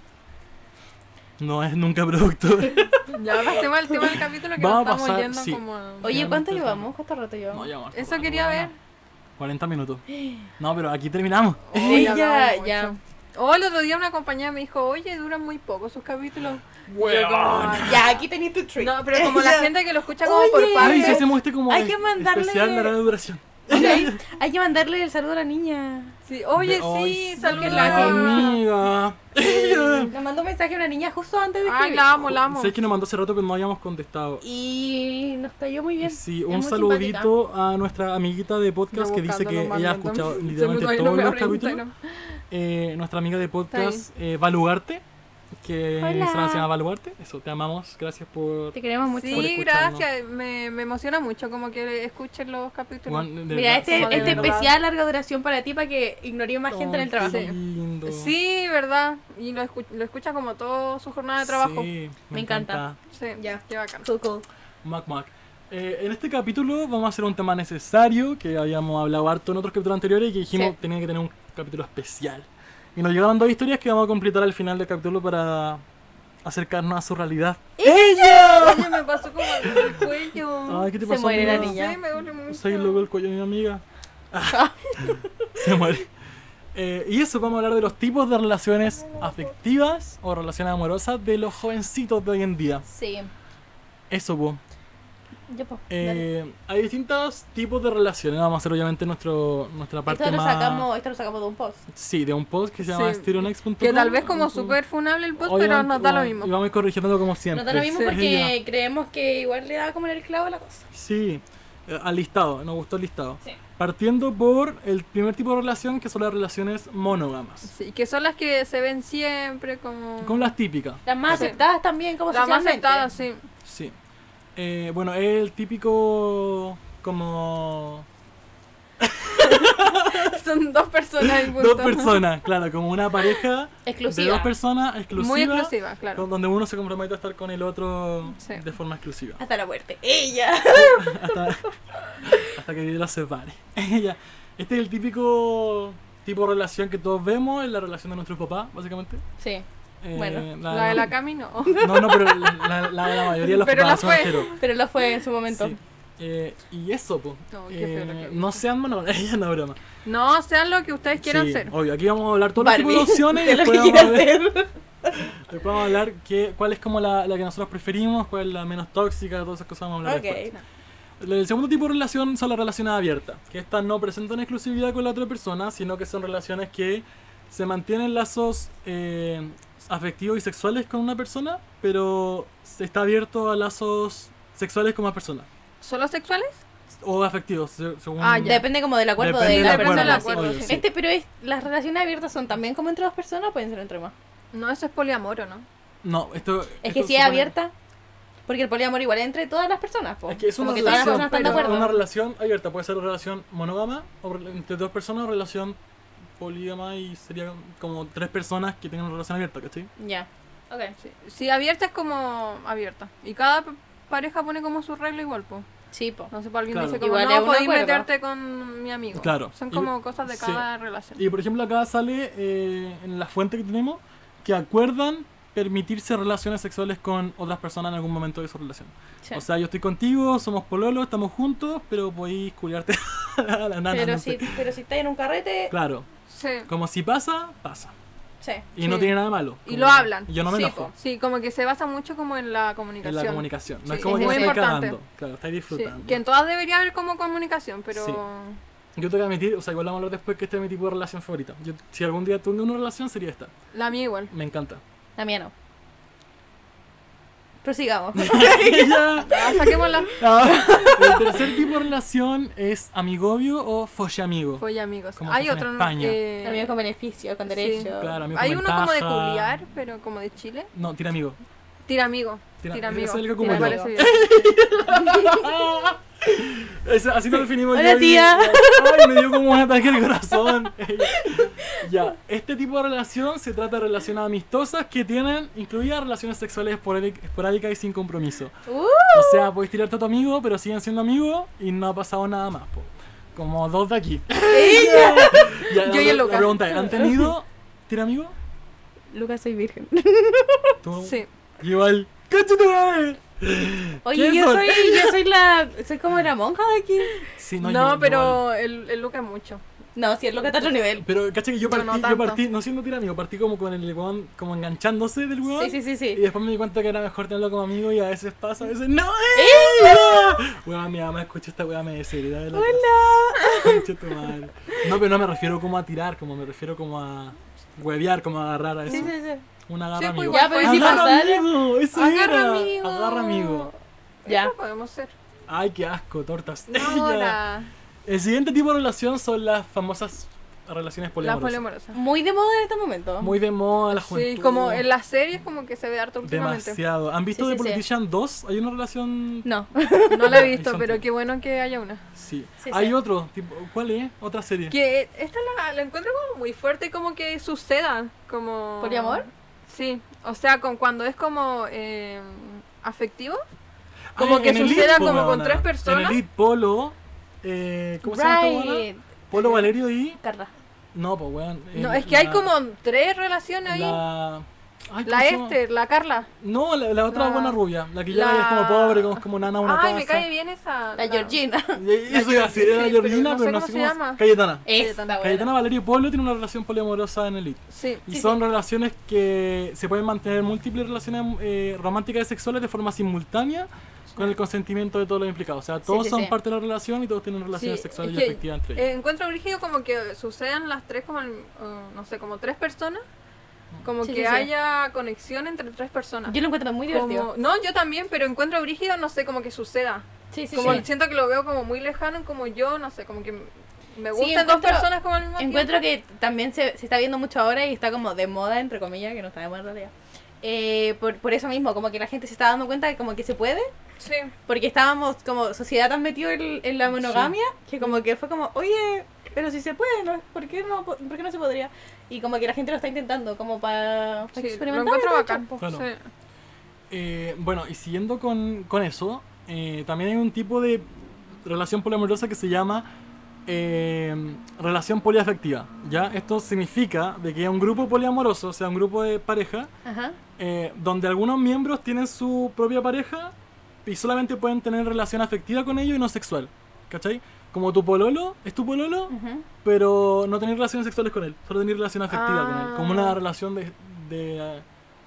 B: No es nunca productor.
A: Ya pasemos al tema del capítulo que
B: Vamos a
A: nos estamos
B: pasar,
A: yendo
B: sí.
A: como... a-
C: Oye, ¿cuánto
B: Finalmente
C: llevamos? ¿Cuánto rato
B: No,
C: llevamos?
B: ya vamos,
A: Eso
B: bueno,
A: quería
B: bueno,
A: ver.
B: 40 minutos. No, pero aquí terminamos.
A: Oh, ya
C: Ya,
A: hablamos mucho.
C: ya.
A: Oh, el otro día una compañera me dijo, oye, duran muy poco sus capítulos.
B: Weón.
C: Ya, aquí tenés tu trick.
A: "Ah, No, pero como la
C: Ya.
A: gente que lo escucha como por
C: Oye.
B: Ay, si
A: partes.
B: hacemos este como
C: Hay
B: es-
C: que mandarle-
B: especial de larga duración.
C: Ok, Hay que mandarle el saludo a la niña.
A: Sí, oye,
B: Ay,
A: sí, saludos.
C: la
B: amiga. Ella.
C: Me mandó un mensaje a una niña justo antes de
A: Ay,
C: escribir.
A: la amo, la amo.
B: Sé que nos mandó hace rato pero no habíamos contestado.
C: Y nos cayó muy bien.
B: Sí,
C: Es
B: un
C: muy
B: saludito a nuestra amiguita de podcast
A: Yo
B: que dice
A: buscando
B: que
A: nomás
B: ella ha
A: random.
B: escuchado
A: Se me
B: literalmente
A: olvidó, no
B: todos
A: me
B: los
A: abrí
B: capítulos.
A: Instagram.
B: Eh, nuestra amiga de podcast,
A: Está
B: eh, Valugarte, que en
C: Hola.
B: Instagram se llama Valugarte. Eso, te amamos, gracias por...
C: Te queremos mucho.
B: por
A: Sí,
B: escucharnos.
A: gracias. Me, me emociona mucho como que escuchen los capítulos.
B: Juan, de
C: Mira,
B: verdad,
C: este,
B: sí,
A: Madre
C: este
A: mía.
C: especial larga duración para ti para que ignore más
B: Ay,
C: gente en el
B: qué
C: trabajo.
A: Oh, Sí.
B: lindo.
A: Sí, verdad. Y lo, escu- lo escucha como toda su jornada de trabajo. Sí,
B: Sí,
C: ah, Me encanta. Ya.
A: qué bacán.
C: Cool, cool.
B: Mac Mac. Eh, en este capítulo vamos a hacer un tema necesario que habíamos hablado harto en otros capítulos anteriores y que dijimos
C: Sí.
B: tenía que tener un capítulo especial. Y nos llegaron dos historias que vamos a completar al final del capítulo para acercarnos a su realidad. ¡Ella!
A: Oye, me pasó como el cuello.
B: Ay, ¿qué te
C: Se
B: pasó,
C: muere la
B: amiga?
C: niña.
A: Sí, me duele mucho.
B: Soy loco Pues el cuello de mi amiga. Ah. Se muere. Eh, y eso, vamos a hablar de los tipos de relaciones afectivas o relaciones amorosas de los jovencitos de hoy en día.
C: Sí.
B: Eso, po.
C: Yo,
A: pues,
C: po. Dale.
B: Eh, hay distintos tipos de relaciones. Vamos a hacer obviamente nuestro, nuestra parte
C: Esto lo,
B: más...
C: sacamos, esto lo sacamos de un post.
B: Sí, de un post que se llama
A: Sí.
B: estironex.com.
A: Que tal vez como súper funable el post, pero
B: Obviamente,
A: nos da lo
B: bueno, Y
A: mismo.
B: vamos a ir corrigiéndolo como siempre.
C: Nos da lo mismo
A: Sí.
C: porque creemos que igual le da como en el clavo a la cosa.
B: Sí, eh, al listado, nos gustó el listado.
C: Sí.
B: Partiendo por el primer tipo de relación que son las relaciones monógamas.
A: Sí, que son las que se ven siempre como...
B: Con las típicas.
C: Las más
A: Sí.
C: aceptadas también, como
A: las más
C: socialmente.
A: aceptadas, sí.
B: Sí. Eh, bueno, es el típico como
A: Son dos personas y punto.
B: dos personas, claro, como una pareja de
C: Exclusiva.
B: dos personas exclusiva,
A: Muy exclusivas, claro.
B: con- donde uno se compromete a estar con el otro
A: Sí.
B: de forma exclusiva
C: Hasta la muerte. Ella.
B: hasta, hasta que Dios los separe. Ya. Este es el típico tipo de relación que todos vemos, es la relación de nuestros papás, básicamente.
C: Sí.
B: Eh,
C: Bueno,
A: La de la Cami no.
B: No, no, pero la, la- la de la mayoría de los
A: Pero
B: papás
A: la
B: son
A: fue.
B: heteros.
C: Pero lo fue en su momento.
B: Sí. Eh, y eso, pues.
A: No, qué feo lo que vi.
B: no sean monos, ella no broma.
A: No, sean lo que ustedes quieran
B: Sí,
A: ser.
B: Obvio, aquí vamos a hablar todos los tipos de
C: Barbie,
B: opciones y
C: de lo
B: después
C: que
B: vamos a,
C: quiera
B: ver-
C: hacer.
B: después vamos a hablar qué- cuál es como la, la que nosotros preferimos, cuál es la menos tóxica, todas esas cosas vamos a hablar después.
C: Ok.
B: El segundo tipo de relación son las relaciones abiertas, que estas no presentan exclusividad con la otra persona, sino que son relaciones que se mantienen lazos eh, afectivos y sexuales con una persona, pero se está abierto a lazos sexuales con más personas.
A: ¿Solo sexuales?
B: O afectivos, se- según...
A: Ah, ya.
C: Mm. Depende como del acuerdo
B: Depende
C: de
A: del
C: la
A: acuerdo,
C: persona.
A: del acuerdo,
B: obvio,
A: sí.
B: sí.
C: Este, pero es, las relaciones abiertas son también como entre dos personas o pueden ser entre más.
A: No, eso es poliamor, ¿o no?
B: No, esto...
C: Es
B: esto
C: que si es
B: supone-
C: abierta, porque el poliamor igual es entre todas las personas, po.
B: Es que es
C: como
B: una
C: que todas las
B: relación,
C: personas están de
A: pero-
B: es una
C: acuerdo.
B: relación abierta, puede ser relación monógama, o re- entre dos personas, o relación polígama, y sería como tres personas que tengan una relación abierta, ¿cachai?
C: Ya. Ok.
A: Sí. Sí, abierta es como abierta. Y cada p- pareja pone como su regla igual, pues.
C: Sí, po.
A: No sé, para alguien
B: Claro.
A: dice como,
C: Igual es
A: no
C: un
A: podéis
C: acuerdo.
A: meterte con mi amigo.
B: Claro.
A: Son
B: Y-
A: como cosas de
B: sí.
A: cada relación.
B: Y por ejemplo acá sale eh, en la fuente que tenemos que acuerdan permitirse relaciones sexuales con otras personas en algún momento de su relación.
C: Sí.
B: O sea, yo estoy contigo, somos pololo, estamos juntos, pero podéis culiarte a la nana.
C: pero,
B: no
C: si,
B: sé.
C: pero si estás en un carrete,
B: Claro.
A: Sí.
B: Como si pasa, pasa.
C: Sí.
B: Y
A: Sí.
B: no tiene nada de malo.
A: Y
B: Como
A: lo hablan.
B: Yo no me
C: Sí,
B: enojo.
C: po.
A: Sí, como que se basa mucho como en la
B: En
A: comunicación.
B: la comunicación. No
A: Sí,
B: es como
A: es
B: que
A: muy
B: estáis
A: importante.
B: cagando. Claro, estáis
A: Sí,
B: disfrutando.
A: que en todas debería haber como comunicación, pero...
B: Sí. Yo tengo que admitir, o sea, igual vamos a hablar después que este es mi tipo de relación favorita. Yo, si algún día tengo una relación, sería esta.
A: La mía igual.
B: Me encanta.
C: La mía no. Prosigamos.
B: Ya.
A: Ah, saquémosla.
B: Ah, el tercer tipo de relación es amigobio o follamigo.
A: Oye, amigos.
B: Como
A: Hay
B: se hace en
A: otro...
B: España.
A: eh,
C: La mía con beneficio, con
A: Sí.
C: derecho.
B: Claro, amigo
A: hay
B: con
A: uno como de
B: ventaja.
A: culiar, pero como de Chile.
B: No, tira amigo.
A: Tira amigo.
B: Tira-
A: Tira,
B: ese
A: amigo.
B: es el que
A: Me
C: ocupo yo.
A: parece bien.
B: Eso, así lo definimos
C: Hola,
B: yo y-
C: tía.
B: Ay, me dio como un ataque al corazón. Ey. ya, este tipo de relación se trata de relaciones amistosas que tienen incluidas relaciones sexuales esporádic- esporádicas y sin compromiso.
C: Uh,
B: O sea, puedes tirarte a tu amigo, pero siguen siendo amigos y no ha pasado nada más. po. Como dos de aquí. Ya,
A: Yo y el
B: la-
A: Lucas.
B: La pregunta es, ¿han tenido tira amigo?
C: Lucas, soy virgen.
B: Tú.
A: Sí.
B: Igual. ¡Cacho tu madre!
C: Oye,
B: ¿Quién
C: yo
B: son?
C: soy, yo soy la. Soy como la monja de aquí.
B: Sí,
A: No,
B: yo- yo igual.
A: pero el, el Luca mucho.
C: No, si es Lucas está a otro nivel.
B: Pero, caché que yo
A: Yo
B: partí,
A: no
B: yo,
A: tanto.
B: partí, no siendo tira amigo, partí como con el weón, como enganchándose del weón.
C: Sí, sí, sí,
B: Y
C: sí.
B: después me di cuenta que era mejor tenerlo como amigo y a veces pasa, a veces no. ¡Eh! ¡Ah! Weón, mi mamá escucha esta weá, me desheredá de la casa. Concha tu madre. No, pero no me refiero como a tirar, como me refiero como a huevear, como a agarrar a eso.
C: Sí, sí, sí.
B: Una agarra
A: Sí, pues
B: amigo.
A: igual
C: Ya, pero si
B: agarra
C: pasara-
B: amigo, eso
A: Agarra
B: era.
A: amigo.
B: Agarra amigo.
C: Ya.
A: Eso podemos ser.
B: Ay, qué asco, tortas. Ya.
A: Ahora,
B: El siguiente tipo de relación son las famosas relaciones
A: la
B: poliamorosas.
A: poliamorosa.
C: Muy de moda en este momento.
B: Muy de moda la Ah, juventud.
A: Sí, como en las series como que se ve harto últimamente.
B: Demasiado. ¿Han visto
C: Sí,
B: The
C: sí, sí.
B: Politician 2? Hay una relación.
C: No.
A: No la he
B: Ahí
A: visto,
B: son
A: pero
B: tres.
A: qué bueno que haya una.
B: Sí.
C: Sí,
B: Hay
C: sí.
B: otro, tipo, ¿cuál es? Otra serie.
A: Que eh, esta la, la encuentro como muy fuerte, como que suceda, como...
C: ¿Poliamor?
A: Sí, o sea, con, cuando es como eh, afectivo.
B: Ah,
A: como que
B: en el
A: suceda
B: Elite,
A: como
B: weona.
A: con tres personas.
B: En el Elite, Polo. Eh, ¿Cómo se llama esta weona?
C: Right.
B: Polo Valerio y.
C: Carla.
B: No, pues weón. eh,
A: No, es que
B: la-
A: hay como tres relaciones ahí. La,
B: La. Ay, ¿cómo se llama?
A: Esther, la Carla.
B: No, la, la otra
A: La-
B: buena rubia. La que ya
A: la-
B: es como pobre, como, es como nana, una
A: Ay,
B: casa.
A: me cae bien esa.
C: La Georgina.
B: Y- y Eso iba a decir, era
A: Sí, pero
B: Georgina,
A: no
B: pero
A: sé
B: no
A: cómo
B: sé
A: se
B: cómo.
A: llama.
B: Cayetana.
C: Esta, buena.
B: Cayetana, Valerio y Polo tienen una relación poliamorosa en Elite.
A: Sí.
B: Y
C: Sí,
B: son
C: sí.
B: relaciones que se pueden mantener múltiples relaciones eh, románticas y sexuales de forma simultánea con el consentimiento de todos los implicados. O sea, todos
C: sí,
B: son
C: sí.
B: parte de la relación y todos tienen relaciones
A: Sí,
B: sexuales
A: es
B: y
A: que,
B: afectivas entre ellos.
A: eh, encuentro brígido como que sucedan las tres como, en- eh, no sé, como tres personas. Como
C: Sí,
A: que
C: sí, sí.
A: haya conexión entre tres personas.
C: Yo lo encuentro muy
A: Como-
C: divertido.
A: no, yo también, pero encuentro brígido, no sé, como que suceda.
C: Sí, sí,
A: como
C: sí.
A: siento que lo veo como muy lejano, como yo, no sé, como que me gustan dos
C: encuentro-
A: personas como al mismo
C: Encuentro
A: tiempo.
C: que también se, se está viendo mucho ahora y está como de moda, entre comillas, que no está de moda en realidad. Eh, por, por eso mismo, como que la gente se está dando cuenta que como que se puede,
A: Sí.
C: porque estábamos como sociedad tan metido en, en la monogamia, que como que fue como, oye, pero si se puede, ¿no? ¿Por, qué no, po- ¿por qué no se podría? Y como que la gente lo está intentando, como para
A: Sí, lo
C: experimentar.
A: encuentro
C: ¿no?
A: bacán.
B: Claro.
A: Sí.
B: Eh, bueno, y siguiendo con, con eso, eh, también hay un tipo de relación poliamorosa que se llama eh, relación poliafectiva. ¿ya? Esto significa de que un grupo poliamoroso, o sea, un grupo de pareja,
C: Ajá.
B: eh, donde algunos miembros tienen su propia pareja y solamente pueden tener relación afectiva con ellos y no sexual. ¿Cachai? Como tu pololo es tu pololo,
A: Mm.
C: ujú.
B: pero no tener relaciones sexuales con él, solo tener relación afectiva con él.
A: Ah.
B: Como una relación de. de, eh,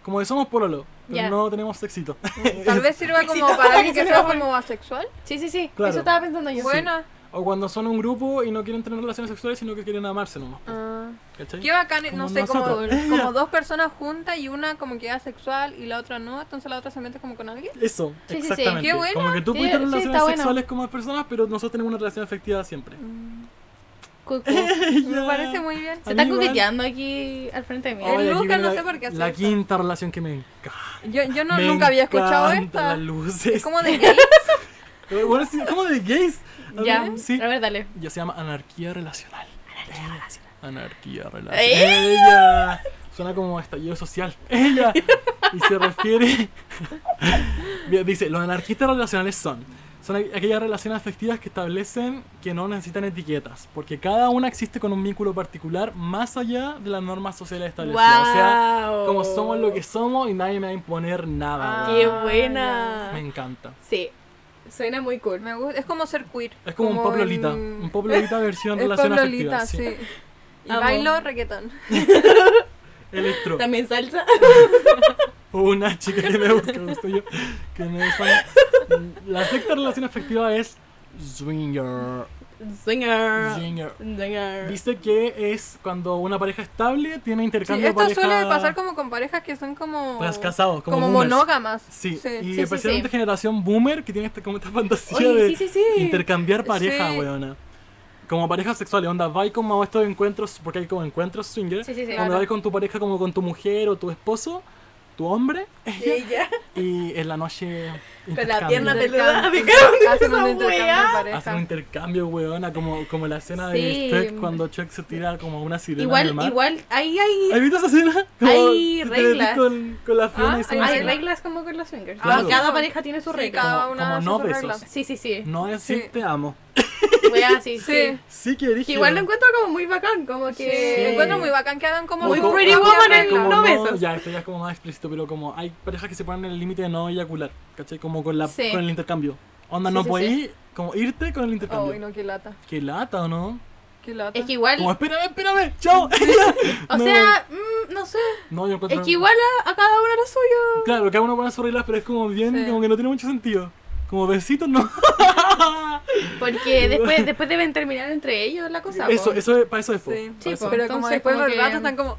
B: como de somos pololo, pero
C: Ya.
B: no tenemos éxito.
A: Mm, Tal vez sirva como
C: Exitosa,
A: para alguien
C: que
A: que
C: se
A: sea
C: me fue.
A: como asexual.
C: Sí, sí, sí,
B: Claro.
C: eso estaba pensando yo.
A: Buena.
B: o cuando son un grupo y no quieren tener relaciones sexuales, sino que quieren amarse nomás.
A: Ah.
B: ¿Cachai?
A: Qué bacán, no
B: Como
A: sé, como,
B: nosotros.
A: como dos personas juntas y una como que es asexual y la otra no, entonces la otra se mete como con alguien.
B: Eso,
C: Sí, sí, sí.
B: exactamente.
A: Qué bueno.
B: Como que tú
C: Sí,
B: puedes tener
C: sí,
B: relaciones
C: está bueno.
B: sexuales como personas, pero nosotros tenemos una relación afectiva siempre.
C: Cucu.
A: Me parece muy bien.
C: Se están
B: Amigo, ¿eh?
C: coqueteando aquí al frente de mí.
A: Oh, El
B: Ay, aquí
A: Luca
B: viene
A: no
B: la-
A: sé por qué hace
B: La
A: eso.
B: quinta relación que me encanta.
A: Yo, yo no,
B: Me
A: nunca había escuchado
B: encantan
A: esta.
B: Las luces.
A: Es como de gay.
B: Eh, bueno, sí, como de gays. A
C: Ya,
B: ver, sí.
C: a ver, dale.
B: Ya se llama anarquía relacional. Anarquía relacional. Anarquía relacional.
C: ¡Eh!
B: Ella. Suena como estallido social. Ella. Y se refiere. Mira, Dice: Los anarquistas relacionales son. Son aqu- aquellas relaciones afectivas que establecen que no necesitan etiquetas, porque cada una existe con un vínculo particular más allá de las normas sociales establecidas. O sea,
C: Guau.
B: como somos lo que somos y nadie me va a imponer nada.
A: Oh. Ah,
B: weón.
C: Qué
A: Ay,
C: buena.
B: Me encanta.
C: Sí, suena muy cool.
A: Me gusta, es como ser queer.
B: Es como, un poplolita,
A: en-
B: un poplolita versión
A: Es
B: relación
A: poplolita,
B: afectiva. sí.
A: sí. Y
C: Amo.
A: bailo reggaetón.
B: Electro.
C: También salsa.
B: Hubo una chica que me busca, justo yo, que me fan. La sexta relación afectiva es swinger.
A: Ah.
C: Swinger.
B: Swinger.
C: Swinger.
B: Dice que es cuando una pareja estable tiene
A: Sí,
B: intercambio de
A: esto
B: pareja.
A: suele pasar como con parejas que son como.
B: Pues casados, como,
A: como
B: boomers.
A: monógamas.
B: Sí,
A: Sí.
B: y
A: Sí,
C: sí,
B: especialmente
C: sí.
B: generación boomer que tiene esta, como esta fantasía
C: Oye,
B: de
C: sí, sí, sí.
B: intercambiar pareja,
A: Sí.
B: weona. Como pareja sexual, onda, vais como a estos encuentros, porque hay como encuentros swinger,
C: Sí, sí, sí.
B: donde
A: Claro.
B: vais con tu pareja como con tu mujer o tu esposo, tu hombre,
C: Ella.
B: y en la noche
C: Con la pierna
B: intercambian.
C: peluda. Me
A: Intercambio.
C: cago en
A: Hacen
C: esa
A: un intercambio
C: wea.
A: de
B: Hacen
A: pareja.
B: un intercambio, weona, como, como la escena
C: Sí.
B: de Shrek cuando Chuck se tira como una sirena en el
C: Igual,
B: mar.
C: igual, ahí hay,
B: ¿Has visto esa escena? Como
C: Hay
B: te metís
C: reglas.
B: Con, con la Fiona
A: Ah,
B: y se
A: hay
B: van a
C: hay
B: cenar.
C: reglas como con los swingers.
B: Claro.
C: Como Cada pareja tiene su
A: Sí,
C: regla.
A: cada
B: Como-
A: una
B: como
A: hace
B: no
A: su
B: besos.
A: regla.
C: Sí, sí, sí.
B: No decir
A: Sí.
B: te amo.
C: Wea, sí, sí.
A: Sí.
B: Sí que dije.
C: Que igual lo encuentro como muy bacán, como
A: Sí.
C: que...
A: Encuentro muy bacán que hagan como.
C: Muy
A: su
C: Pretty
A: propia
C: Woman en
A: regla.
C: no besos.
B: Ya, esto ya es como más explícito, pero como hay parejas que se ponen en el límite de no eyacular, ¿cachai? Como con, la,
C: Sí.
B: con el intercambio. Onda,
C: Sí,
B: no
C: sí,
B: podí como irte con el intercambio.
A: Ay, no, qué lata.
B: Qué lata, ¿o no?
A: Qué lata.
C: Es que igual,
B: Como, espérame, espérame, chao.
C: o
B: No,
C: sea, mm, no sé,
B: No, yo encuentro...
C: es que igual a, a cada uno lo suyo.
B: Claro, cada uno pone sus reglas, pero es como bien,
A: Sí.
B: como que no tiene mucho sentido. Como besitos, no.
C: Porque después, después deben terminar entre ellos la cosa.
B: Eso,
C: po.
B: eso es, para eso es. po.
A: Sí.
B: Para
C: Sí,
B: eso
C: po.
B: es.
A: Pero como
C: Entonces,
A: después
C: como
A: los
C: que-
A: gatos están como.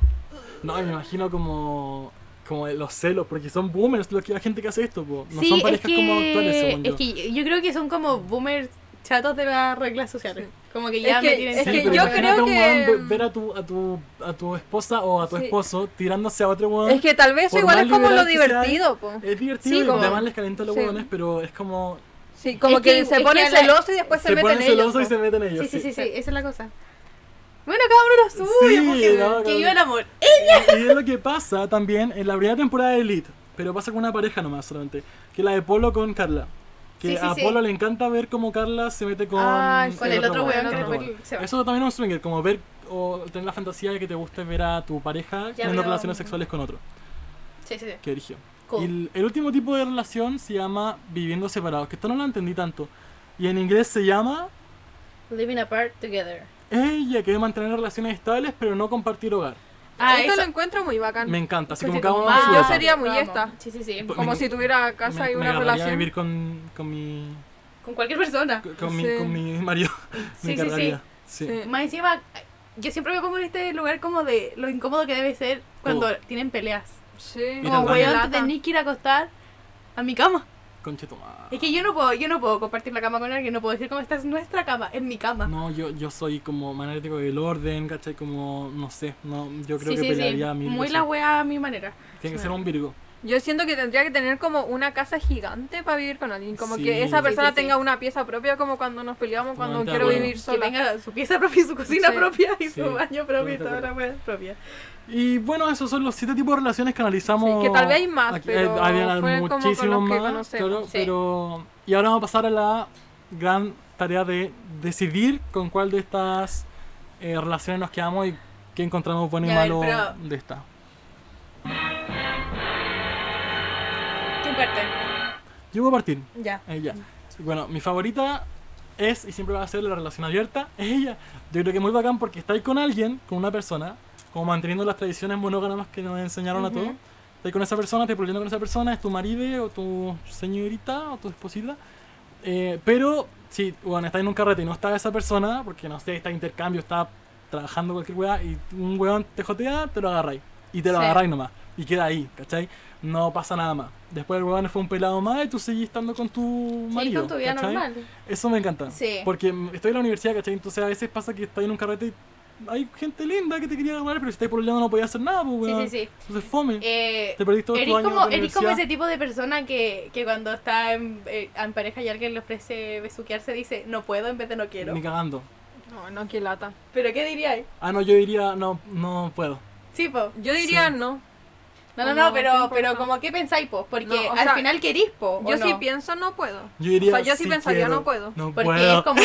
B: No, me imagino como... Como los celos, porque son boomers los que, la gente que hace esto, po. No
C: sí,
B: son
C: es
B: parejas
C: que,
B: como actuales, según yo.
C: es que yo creo que son como boomers chatos de las reglas sociales. Como que
A: Es
C: ya
A: que-
C: me tienen...
A: es
B: Sí,
A: que
B: pero
A: yo
B: imagínate
A: creo
B: un
A: que- mm
B: weón ve- ver a tu, a, tu, a tu esposa o a tu
A: Sí.
B: esposo tirándose a otro weón.
A: Es que tal vez eso
B: Por
A: igual
B: más
A: es como lo
B: liberal que sea,
A: divertido, po.
B: es divertido
A: Sí,
B: y
A: como-
B: además les calienta los
A: sí.
B: hueones, pero es como.
A: Sí, como
C: Es que-
A: que,
C: es
A: se
C: que
A: ponen
C: a la-
A: celosos y después se,
B: se
A: meten
B: ponen celosos y
A: ellos.
B: se
A: po.
B: meten ellos.
C: Sí, sí, sí, sí,
A: sí.
C: esa es la cosa. Bueno, cada uno lo suyo,
B: Sí,
C: porque
B: no,
C: que
B: cada
C: viva el
B: uno.
C: amor.
B: Y es lo que pasa también en la primera temporada de Elite, pero pasa con una pareja nomás solamente, que es la de Polo con Carla. Que
C: Sí, sí,
B: a
C: sí.
B: Polo le encanta ver cómo Carla se mete con,
A: Ay, con el otro
B: weón,
A: weón
B: con
A: que
B: otro
A: después
B: weón.
C: se va.
B: Eso también es un swinger, como ver o tener la fantasía de que te guste ver a tu pareja teniendo
C: pero-
B: relaciones sexuales con otro.
C: Sí, sí, sí.
B: que erigió.
C: Cool.
B: Y el, el último tipo de relación se llama viviendo separados, que esto no lo entendí tanto. Y en inglés se llama
C: Living apart together.
B: ella, que debe mantener relaciones estables pero no compartir hogar.
C: Ah, pues
A: Esto
C: eso.
A: lo encuentro muy bacán.
B: Me encanta, así como
C: Porque
B: cada
C: tu
B: uno
C: mamá-
B: su
A: Yo
B: lado.
A: sería muy
C: Vamos.
A: esta.
C: Sí, sí, sí.
B: Pues
A: Como
B: me-
A: si tuviera casa
B: me,
A: y
B: me
A: una
B: encantaría
A: relación.
B: vivir con, con mi
C: Con cualquier persona.
B: con, con mi,
A: Sí.
B: con mi marido. me
C: Sí, sí, sí.
B: encargaría. Sí,
A: Sí.
C: Más encima, yo siempre me pongo en este lugar como de lo incómodo que debe ser cuando
B: Como-
C: tienen peleas.
A: Sí,
B: Y
C: Como,
B: también-
C: weón, te tenés que ir a acostar a mi cama.
B: Conchetumare.
C: Es que yo no puedo, yo no puedo compartir la cama con alguien, no puedo decir cómo estás nuestra cama, es mi cama.
B: No, yo, yo soy como magnético del orden, ¿cachai? Como, no sé, no, yo creo que
C: sí, sí, sí.
B: pelearía a mil
C: Muy
B: veces.
C: la wea a mi manera.
B: Tiene que ser un virgo.
A: Yo siento que tendría que tener como una casa gigante para vivir con alguien. Como
B: Sí.
A: que esa
B: Sí,
A: persona
C: sí, sí.
A: tenga una pieza propia, como cuando nos peleamos, cuando
B: Totalmente de
A: quiero
B: acuerdo.
A: vivir
C: Que
A: sola.
C: tenga su pieza propia, y su cocina
A: Sí.
C: propia, y
B: Sí.
C: su baño propio, y
B: Totalmente
C: toda
B: de
C: la wea propia.
B: Y bueno, esos son los siete tipos de relaciones que analizamos.
A: Sí, que tal vez hay más, pero
B: eh, habían
A: fue como con
B: muchísimos
A: los que
B: más.
A: conocemos.
B: claro,
C: Sí.
B: pero. Y ahora vamos a pasar a la gran tarea de decidir con cuál de estas eh, relaciones nos quedamos y qué encontramos bueno y
C: Ya, a ver,
B: malo
C: pero-
B: de esta.
C: ¿Quién parte?
B: Yo voy a partir. Eh,
C: Ya.
B: Ella. Bueno, mi favorita es y siempre va a ser la relación abierta. Es ella. Yo creo que es muy bacán porque estáis con alguien, con una persona, como manteniendo las tradiciones monógamas que nos enseñaron a todos. Estáis con esa persona, te volviendo con esa persona, es tu marido o tu señorita o tu esposita. Eh, pero si bueno, estáis en un carrete y no está esa persona, porque no sé, está en intercambio, está trabajando cualquier weá y un weón te jotea, te lo agarráis. Y te lo
C: Sí.
B: agarráis nomás. Y queda ahí, ¿cachai? No pasa nada más. Después el weón fue un pelado más y tú seguís estando con tu
C: Sí,
B: marido.
C: con tu vida
B: ¿cachai?
C: normal.
B: Eso me encanta.
C: Sí.
B: Porque mm, estoy en la universidad, ¿cachai? Entonces a veces pasa que estás en un carrete y hay gente linda que te quería agarrar, pero si estás por el lado no podías hacer nada, pues,
C: Sí,
B: weón.
C: sí, sí.
B: Entonces fome.
C: Eh,
B: Te perdiste todo tu
C: eres
B: año
C: como,
B: de
C: eres como
B: universidad.
C: ese tipo de persona que, que cuando está en, eh, en pareja y alguien le ofrece besuquearse dice no puedo en vez de no quiero.
B: Ni cagando.
A: No, no, qué lata.
C: ¿Pero qué diríais?
B: Ah, no, yo diría, no, no puedo.
C: Sí, po.
A: Yo diría
B: Sí.
A: no.
C: No, no,
A: Como,
C: no, pero,
A: ¿qué
C: pero
A: importa?
C: como qué pensáis, po. Porque
A: No, o
C: al
A: sea,
C: final querís, po. ¿o
A: Yo
C: no?
A: sí pienso no puedo.
B: Yo diría,
A: O sea, yo sí pensaría,
B: quiero.
A: no puedo.
B: No
C: Porque
B: puedo.
C: es como.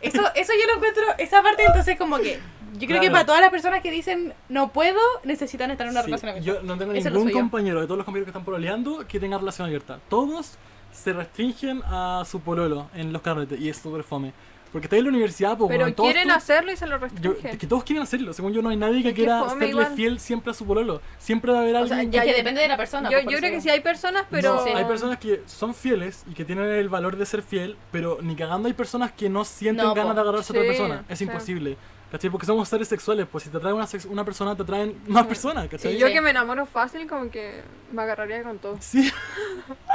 C: Eso, eso yo lo encuentro, esa parte, entonces, como que. Yo creo que
B: Claro.
C: para todas las personas que dicen no puedo, necesitan estar en una
B: Sí,
C: relación abierta.
B: Yo no tengo
C: Eso lo
B: ningún
C: soy yo.
B: compañero de todos los compañeros que están pololeando que tenga relación abierta. Todos se restringen a su pololo en los carretes y es súper fome. Porque está en la universidad, po,
A: Pero
B: weón, todos
A: quieren
B: tú-
A: hacerlo y se lo
B: yo-
A: restringen.
B: es que todos quieren hacerlo, según yo no hay nadie que
A: Es que
B: quiera
A: fome
B: serle
A: igual.
B: fiel siempre a su pololo. Siempre va a haber
C: O sea,
B: alguien
C: ya
A: ya-
C: que depende de la persona.
A: yo
C: pues, por
A: yo
C: eso
A: creo que sí
C: digo.
A: hay personas, pero...
B: No,
C: Sí.
B: hay personas que son fieles y que tienen el valor de ser fiel, pero ni cagando hay personas que no sienten
C: No,
B: ganas
C: po.
B: de agarrarse a otra
A: Sí,
B: persona. Es
A: sí.
B: imposible. ¿Cachai? Porque somos seres sexuales, pues si te atrae una, sex- una persona, te atraen más personas,
A: Y
B: ¿cachai?
A: yo
C: Sí.
A: que me enamoro fácil, como que me agarraría con todo.
B: Sí.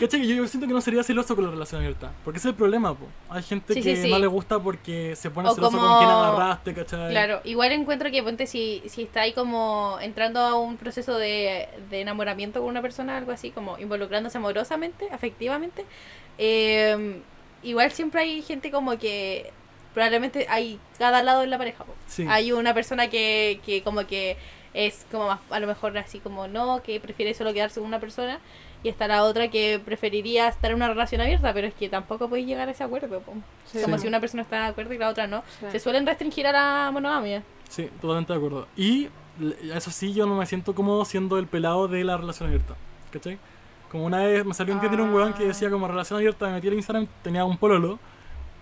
B: ¿Cachai? Que Yo, yo siento que no sería celoso con la relación abierta. Porque ese es el problema, po. Hay gente
C: Sí,
B: que
C: sí, sí.
B: no le gusta porque se pone
C: O
B: celoso
C: como-
B: con quien agarraste, ¿cachai?
C: Claro, igual encuentro que ponte si, si está ahí como entrando a un proceso de, de enamoramiento con una persona, algo así, como involucrándose amorosamente, afectivamente, eh, igual siempre hay gente como que probablemente hay cada lado en la pareja. po.
B: Sí.
C: Hay una persona que, que como que es como más, a lo mejor así como no, que prefiere solo quedarse con una persona. Y está la otra que preferiría estar en una relación abierta, pero es que tampoco podéis llegar a ese acuerdo. po.
A: Sí.
C: Como
B: Sí.
C: si una persona está de acuerdo y la otra no.
A: Sí.
C: Se suelen restringir a la monogamia.
B: Sí, totalmente de acuerdo. Y l- eso sí, yo no me siento cómodo siendo el pelado de la relación abierta. ¿Cachai? Como una vez me salió un Twitter un weón que decía como relación abierta, me metí en Instagram, tenía un pololo.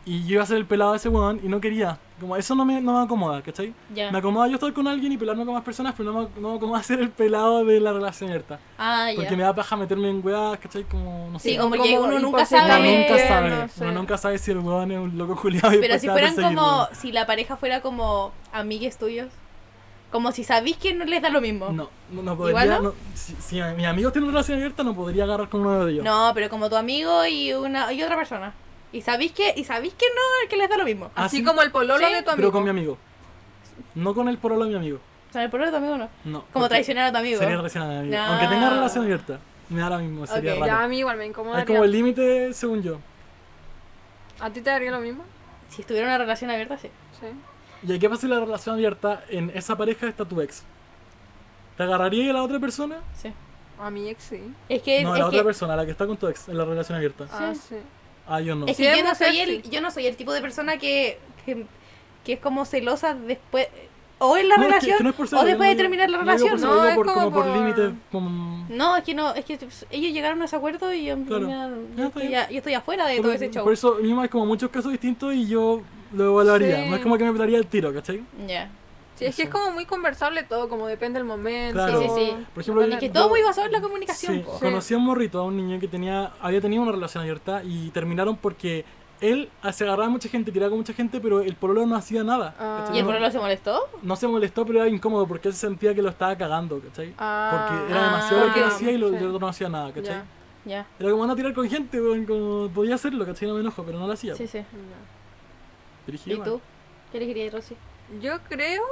B: Y yo iba a ser el pelado de ese weón y no quería. Como eso no me, no me acomoda, ¿cachai?
C: Ya.
B: Me acomoda yo estar con alguien y pelarme con más personas, pero no me, no me acomoda ser el pelado de la relación abierta.
C: Ah, ya.
B: Porque me da paja meterme en weas, ¿cachai? Como, no sé.
C: Sí, como que uno
A: y
C: nunca
A: por si
C: sabe.
B: uno
A: también
B: nunca
A: quieren,
B: sabe.
A: no sé.
B: Uno nunca sabe si el weón es un loco culiado y
C: Pero si
B: puede
C: fueran
B: perseguirlo.
C: como, si la pareja fuera como amigues tuyos, como si sabís que no les da lo mismo.
B: No, no, no podría.
C: ¿Igual no?
B: no- si, si a- mi amigo tiene una relación abierta, no podría agarrar con uno de ellos.
C: No, pero como tu amigo y una y otra persona. Y sabís que y sabís que no, que les da lo mismo.
B: Ah,
A: Así
B: sí,
A: como el pololo
C: Sí.
A: de tu amigo.
B: Pero con mi amigo. No con el porolo de mi amigo.
C: O sea, el problema de tu amigo no.
B: No.
C: Como
B: porque
C: traicionar a tu amigo.
B: Sería traicionar a mi amigo.
C: No.
B: Aunque tenga relación abierta, me da lo mismo, sería
C: Ok,
B: raro.
A: Ya a mí igual me incomoda.
B: Hay como el límite, según yo.
A: ¿A ti te daría lo mismo?
C: Si estuviera una relación abierta, sí.
A: Sí.
B: ¿Y qué pasa si la relación abierta en esa pareja está tu ex? ¿Te agarraría a la otra persona?
C: sí.
A: A mi ex sí.
C: Es que
B: no, a
C: es
B: la otra
C: que,
B: persona, la que está con tu ex en la relación abierta.
A: Ah, sí.
B: Ah, yo no.
C: es
A: Sí,
C: que
A: es
C: yo no
A: mujer,
C: soy el
A: sí.
C: yo no soy el tipo de persona que que, que es como celosa después o en la
B: No, es que-
C: relación
B: es que no es por ser-
C: o después de
B: no digo-
C: terminar la
B: no digo
C: relación.
B: por ser,
A: No,
B: digo
A: es
B: por-
A: como
B: como por
A: por-
B: límite. como-
C: No, es que no, es que pues, ellos llegaron a ese acuerdo y yo, yo
B: Claro.
C: me-
B: Ya,
C: yo,
B: está
C: estoy,
B: bien.
C: a- yo estoy afuera de
B: Por,
C: todo ese show.
B: por eso mismo hay como muchos casos distintos y yo lo evaluaría.
A: Sí.
B: No es como que me pelaría el tiro, ¿cachai?
C: Ya.
A: Sí, es que es como muy conversable todo, como depende del momento.
B: Claro.
C: Sí, sí, sí.
B: Por ejemplo,
A: Depende
C: Es que
A: del-
C: todo muy basado en la comunicación.
B: Sí,
C: po.
B: conocí a un morrito, a un niño que tenía, había tenido una relación abierta y terminaron porque él se agarraba a mucha gente, tiraba con mucha gente, pero el pololo no hacía nada.
A: Ah.
B: ¿cachai?
C: ¿Y el
B: No-
C: pololo se molestó?
B: No se molestó, pero era incómodo porque él se sentía que lo estaba cagando, ¿cachai?
A: Ah.
B: Porque era
C: Ah,
B: demasiado lo que él
A: porque-
B: hacía y lo,
A: sí.
B: el otro no hacía nada, ¿cachai?
A: Ya.
C: Ya.
B: Era como anda a tirar con gente, weón, como podía hacerlo, ¿cachai? No me enojo, pero no lo hacía.
C: Sí, sí.
A: Ya.
B: Brígido,
C: ¿Y
B: weón.
C: tú? ¿Qué le querías, Rosy?
A: Yo creo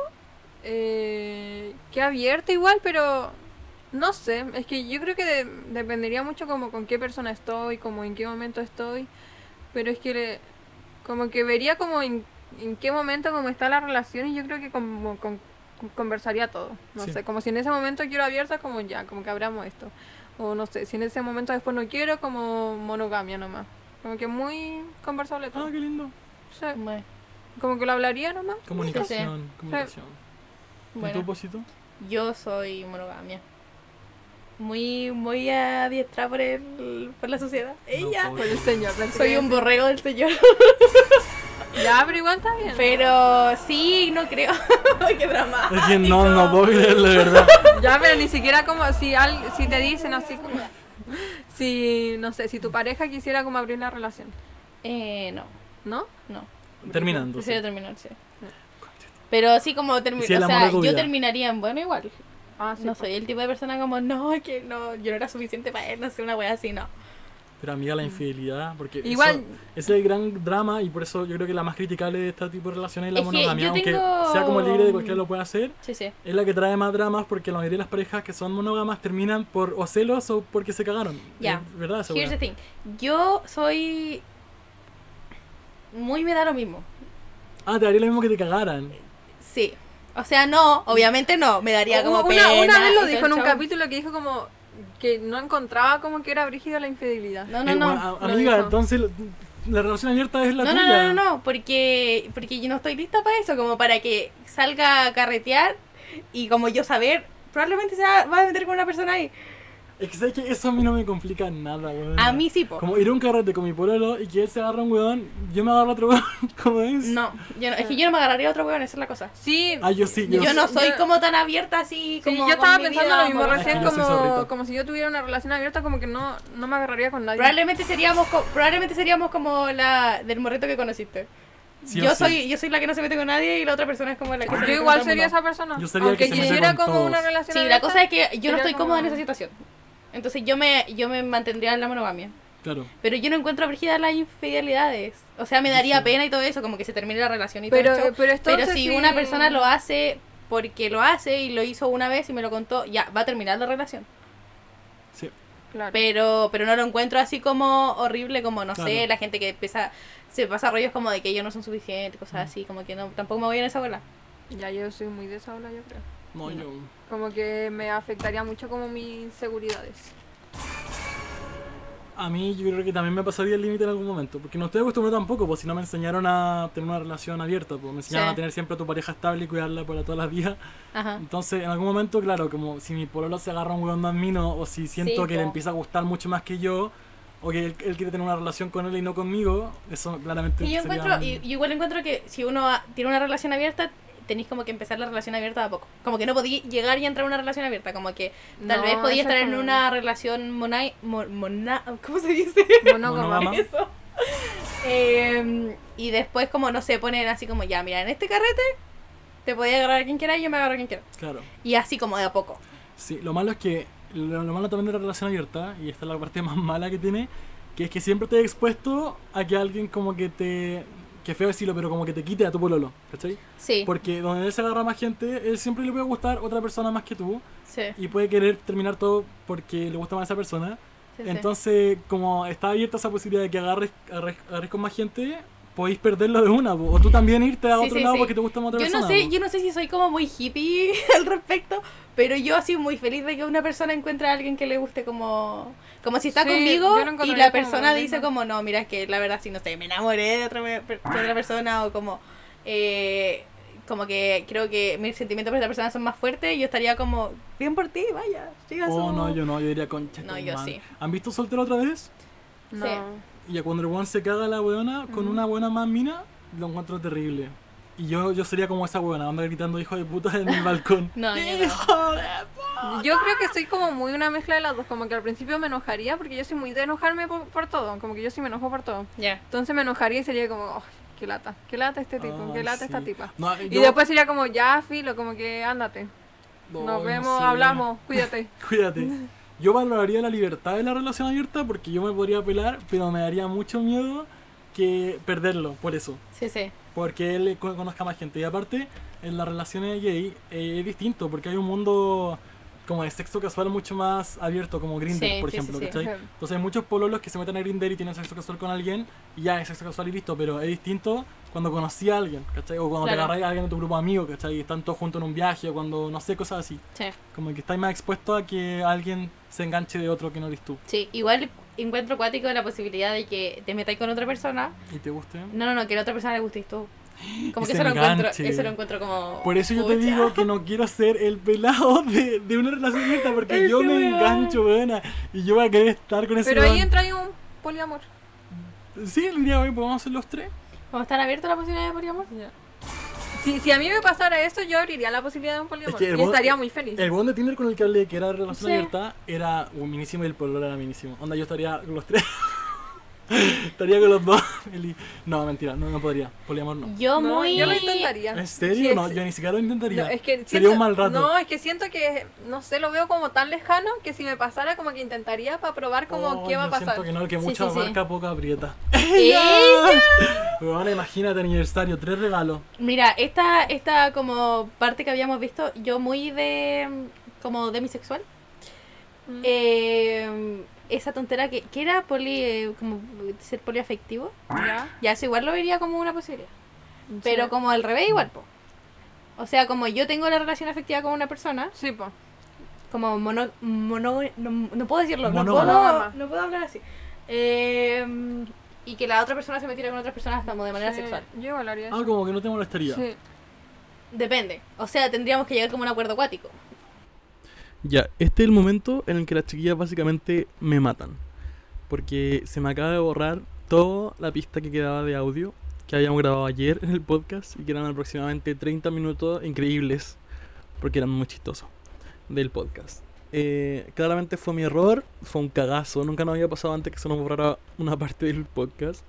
A: eh, que abierto igual, pero no sé. Es que yo creo que de- dependería mucho como con qué persona estoy, como en qué momento estoy. Pero es que le- como que vería como en, en qué momento como está la relación y yo creo que como con- conversaría todo. No
B: Sí.
A: sé, como si en ese momento quiero abierta, como ya, como que abramos esto. O no sé, si en ese momento después no quiero, como monogamia nomás. Como que muy conversable todo.
B: Ah, qué lindo.
A: Sí,
C: Bueno.
A: como que lo hablaría nomás.
B: Comunicación, comunicación. ¿Y tú,
C: bueno.
B: Posito?
C: Yo soy monogamia. Muy, muy adiestrada por, el, por la sociedad. Ella.
B: No,
A: Por el señor, pensé
C: soy
A: que-
C: un borrego del señor.
A: Ya, pero igual está bien.
C: Pero sí, no creo. Qué drama.
B: Es que no, no puedo creerlo, de verdad.
A: Ya, pero ni siquiera como si al, si te dicen así como si no sé, si tu pareja quisiera como abrir la relación,
C: Eh, no,
A: ¿no?
C: no.
B: Terminando. sí.
C: Prefiero terminar, sí. Pero sí, como terminar.
B: Si el
C: o
B: amor de
C: sea,
B: tu
C: yo
B: vida.
C: terminaría en bueno igual.
A: Ah, sí.
C: no
A: pues.
C: soy el tipo de persona como, no, es que no, yo no era suficiente para él, no sé, una wea así, no.
B: Pero amiga,
C: mm.
B: la infidelidad, porque
A: Igual-
B: eso es el gran drama y por eso yo creo que la más criticable de este tipo de relaciones es la
C: Es que
B: monogamia,
C: yo
B: aunque
C: tengo-
B: sea como libre de cualquiera lo pueda hacer,
C: Sí, sí.
B: es la que trae más dramas porque la mayoría de las parejas que son monógamas terminan por o celos o porque se cagaron.
C: Ya.
B: Es ¿Verdad? esa
C: Here's
B: weá.
C: the thing. Yo soy. Muy me da lo mismo.
B: Ah, te haría lo mismo que te cagaran.
C: Sí. O sea, no, obviamente no, me daría como
A: Una- una,
C: pena
A: una vez
C: y
A: lo
C: todo
A: dijo en
C: el
A: un
C: show.
A: capítulo que dijo como que no encontraba como que era brígida la infidelidad.
C: No, no,
B: Eh,
C: no.
B: bueno, a-
A: lo
B: amiga,
A: dijo.
B: entonces la relación abierta es la
C: No, no,
B: tuya.
C: no, no, no, porque, porque yo no estoy lista para eso, como para que salga a carretear y como yo saber, probablemente se va va a meter con una persona ahí.
B: Es que sabes que eso a mí no me complica nada, weón.
C: A mí sí, po.
B: Como ir a un carrete con mi pololo y que él se agarra un weón, yo me agarro otro weón, ¿cómo es?
C: No, yo no, es que yo no me agarraría a otro weón, esa es la cosa.
A: Sí,
B: Ah, yo sí, yo,
C: Yo no
A: sí.
C: soy
A: Yo-
C: como tan abierta así
A: Sí,
C: como
A: yo
C: con
A: estaba
C: mi
A: pensando
C: vida
A: lo mismo
C: amorosa.
A: recién,
B: Aquí yo soy
A: como,
B: zorrito.
A: como si yo tuviera una relación abierta, como que no, no me agarraría con nadie.
C: Probablemente seríamos co- probablemente seríamos como la del morrito que conociste.
B: Sí o
C: yo
B: sí.
C: soy yo soy la que no se mete con nadie y la otra persona es como la que se mete
A: Yo
C: con
A: igual
C: todo el
A: sería
C: mundo.
A: esa persona.
B: Yo sería el
A: aunque
B: que se mete
A: quisiera
B: con
A: como una
B: todos.
A: relación
C: Sí, la
A: abierta,
C: cosa es que yo no
A: Sería
C: estoy
A: como-
C: cómoda en esa situación. Entonces yo me yo me mantendría en la monogamia.
B: Claro.
C: Pero yo no encuentro brígida las infidelidades. O sea, me daría pena y todo eso, como que se termine la relación y
A: Pero,
C: todo eso.
A: pero,
C: Pero
A: entonces
C: si
A: sí-
C: una persona lo hace porque lo hace y lo hizo una vez y me lo contó, ya va a terminar la relación.
B: Sí.
A: Claro.
C: Pero pero no lo encuentro así como horrible, como no sé,
B: Claro.
C: la gente que empieza se pasa rollos como de que ellos no son suficientes, cosas así, como que no tampoco me voy en esa bola.
A: Ya yo soy muy de esa ola, yo creo.
B: No, yo.
A: Como que me afectaría mucho como mis inseguridades.
B: A mí yo creo que también me pasaría el límite en algún momento, porque no estoy acostumbrado tampoco, pues si no me enseñaron a tener una relación abierta, pues me enseñaron
C: Sí.
B: a tener siempre a tu pareja estable y cuidarla para todas las vidas.
C: Ajá.
B: Entonces, en algún momento, claro, como si mi pololo se agarra un weón más mino, o si siento
C: Sí,
B: que le
C: po.
B: empieza a gustar mucho más que yo, o que él, él quiere tener una relación con él y no conmigo, eso claramente.
C: Y yo
B: sería
C: encuentro
B: un-
C: y- y igual encuentro que si uno ha- tiene una relación abierta tenéis como que empezar la relación abierta de a poco. Como que no podía llegar y entrar a una relación abierta, como que tal
A: No,
C: vez podía
A: eso
C: estar
A: es
C: en
A: como-
C: una relación monai, mo- mona, ¿cómo se dice?
A: Monógama.
B: Monógama.
C: eso. Eh, y después, como no sé, ponen así como ya, mira, en este carrete te podía agarrar a quien quiera y yo me agarro a quien quiera.
B: Claro.
C: Y así como de a poco.
B: Sí, lo malo es que. Lo, lo malo también de la relación abierta, y esta es la parte más mala que tiene, que es que siempre te he expuesto a que alguien como que te. Que feo decirlo, pero como que te quite a tu pololo, ¿cachai?
C: Sí,
B: Porque donde él se agarra más gente, él siempre le puede gustar otra persona más que tú,
C: sí,
B: y puede querer terminar todo porque le gusta más esa persona.
C: sí, sí.
B: Entonces, como está abierta esa posibilidad de que agarres, agarres, agarres con más gente, podéis perderlo de una, po. o tú también irte a
C: Sí,
B: otro
C: sí,
B: lado
C: sí.
B: porque te gusta más otra
C: yo
B: persona.
C: no sé,
B: po.
C: yo no sé si soy como muy hippie al respecto, pero yo así muy feliz de que una persona encuentre a alguien que le guste como como si está
A: Sí,
C: conmigo
A: yo lo
C: y
A: encontraría
C: la
A: como
C: persona
A: lo
C: dice
A: mismo.
C: como no, mira es que la verdad sí no sé, me enamoré de otra, per- de otra persona o como eh, como que creo que mis sentimientos por esta persona son más fuertes y yo estaría como bien por ti, vaya, siga su-
B: Oh, no, yo no, yo diría concha.
C: No,
B: tu
C: yo
B: madre.
C: sí.
B: ¿Han visto Soltero otra vez?
A: No.
C: Sí.
B: Y ya cuando el weón se caga la weona con una buena más mina, lo encuentro terrible. Y yo, yo sería como esa weona, anda gritando hijo de puta en el balcón.
C: No, yo no.
B: ¡Hijo de puta!
A: Yo creo que soy como muy una mezcla de las dos. Como que al principio me enojaría porque yo soy muy de enojarme por, por todo. Como que yo sí me enojo por todo.
C: Ya.
A: Entonces me enojaría y sería como, "Oh, qué lata, qué lata este tipo,
B: Ay,
A: qué lata
B: sí.
A: esta tipa.
B: No,
A: Y
B: yo-
A: después sería como, ya, filo, como que ándate.
B: Ay,
A: Nos
B: no
A: vemos,
B: sé.
A: hablamos, cuídate.
B: Cuídate. Yo valoraría la libertad de la relación abierta porque yo me podría apelar, pero me daría mucho miedo que perderlo, por eso.
C: Sí, sí.
B: Porque él co- conozca más gente. Y aparte, en las relaciones gay eh, es distinto, porque hay un mundo como de sexo casual mucho más abierto, como Grindr,
C: Sí,
B: por
C: sí,
B: ejemplo.
C: sí, sí.
B: ¿cachai?
A: Ujú.
B: Entonces hay muchos pololos que se meten a Grindr y tienen sexo casual con alguien, y ya es sexo casual y listo, pero es distinto cuando conocí a alguien, ¿cachai? O cuando te
C: Claro.
B: agarras a alguien de tu grupo de amigos, ¿cachai? Y están todos juntos en un viaje, o cuando, no sé, cosas así.
C: Sí.
B: Como que estáis más expuesto a que alguien se enganche de otro que no eres tú
C: Sí, igual encuentro cuático la posibilidad de que te metáis con otra persona
B: y te guste.
C: No, no, no, que a la otra persona le gustes tú.
B: Y
C: Como que
B: se
C: eso lo, encuentro,
B: enganche.
C: eso lo encuentro como.
B: Por eso yo te
C: pucha.
B: digo que no quiero ser el pelado de, de una relación abierta porque
C: Ese
B: yo me
C: weón.
B: engancho, weona. Y yo voy a querer estar con ese
A: Este Pero ahí
B: weón.
A: entra ahí un poliamor.
B: Sí, el día de hoy podemos ser los tres.
C: ¿Vamos a estar abiertos a la posibilidad de poliamor?
A: Si, si a mí me pasara esto, yo abriría la posibilidad de un poliamor.
B: Es que el
A: y
B: bo-
A: estaría muy feliz.
B: El weón de Tinder con el que hablé, que era relación
C: Sí.
B: abierta, era un minísimo y el pololo era minísimo. Onda, yo estaría con los tres. estaría con los dos. Eli. No, mentira, no, no podría. Poliamor no.
C: Yo
A: No,
C: muy.
A: Yo lo intentaría.
B: ¿En
A: Sí,
B: serio?
A: es-
B: no, yo ni siquiera lo
A: No,
B: intentaría.
A: es que
B: Sería
A: siento-
B: un mal rato.
A: No, es que siento que, no sé, lo veo como tan lejano que si me pasara, como que intentaría para probar como
B: Oh,
A: qué va a
B: yo siento
A: pasar.
B: que no, el que
C: Sí,
B: mucho
C: sí, sí.
B: abarca, poco aprieta.
C: ¿Eh? ¡Ella!
B: Weona, imagínate, aniversario, tres regalos.
C: Mira, esta, esta como parte que habíamos visto, yo muy de. mm, como demisexual.
A: Mm.
C: Eh, esa tontera que, que era poli. eh, como ser poliafectivo.
A: Ya.
C: Ya, eso igual lo vería como una posibilidad.
A: Sí.
C: Pero como al revés, igual, po. O sea, como yo tengo la relación afectiva con una persona,
A: Sí, po.
C: como mono, mono no, no puedo decirlo, no
B: Monógama.
C: puedo, no puedo hablar así. Eh, y que la otra persona se metiera con otras personas como de manera
A: Sí,
C: sexual.
A: Yo igual haría
B: Ah,
A: eso.
B: como que no te molestaría.
A: Sí.
C: Depende. O sea, tendríamos que llegar como a un acuerdo acuático.
B: Ya, este es el momento en el que las chiquillas básicamente me matan. Porque se me acaba de borrar toda la pista que quedaba de audio que habíamos grabado ayer en el podcast y que eran aproximadamente 30 minutos increíbles porque eran muy chistosos del podcast. Eh, claramente fue mi error, fue un cagazo. Nunca nos había pasado antes que se nos borrara una parte del podcast.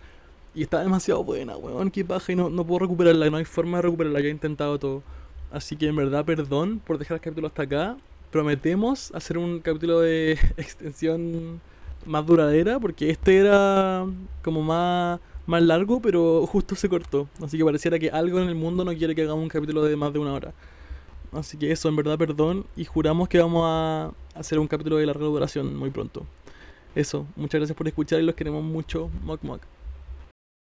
B: Y está demasiado buena, weón, qué paja. Y no, no puedo recuperarla, no hay forma de recuperarla. Ya he intentado todo. Así que en verdad, perdón por dejar el capítulo hasta acá. Prometemos hacer un capítulo de extensión más duradera, porque este era como más, más largo, pero justo se cortó. Así que pareciera que algo en el mundo no quiere que hagamos un capítulo de más de una hora. Así que eso, en verdad, perdón. Y juramos que vamos a hacer un capítulo de larga duración muy pronto. Eso, muchas gracias por escuchar y los queremos mucho. Moc Moc.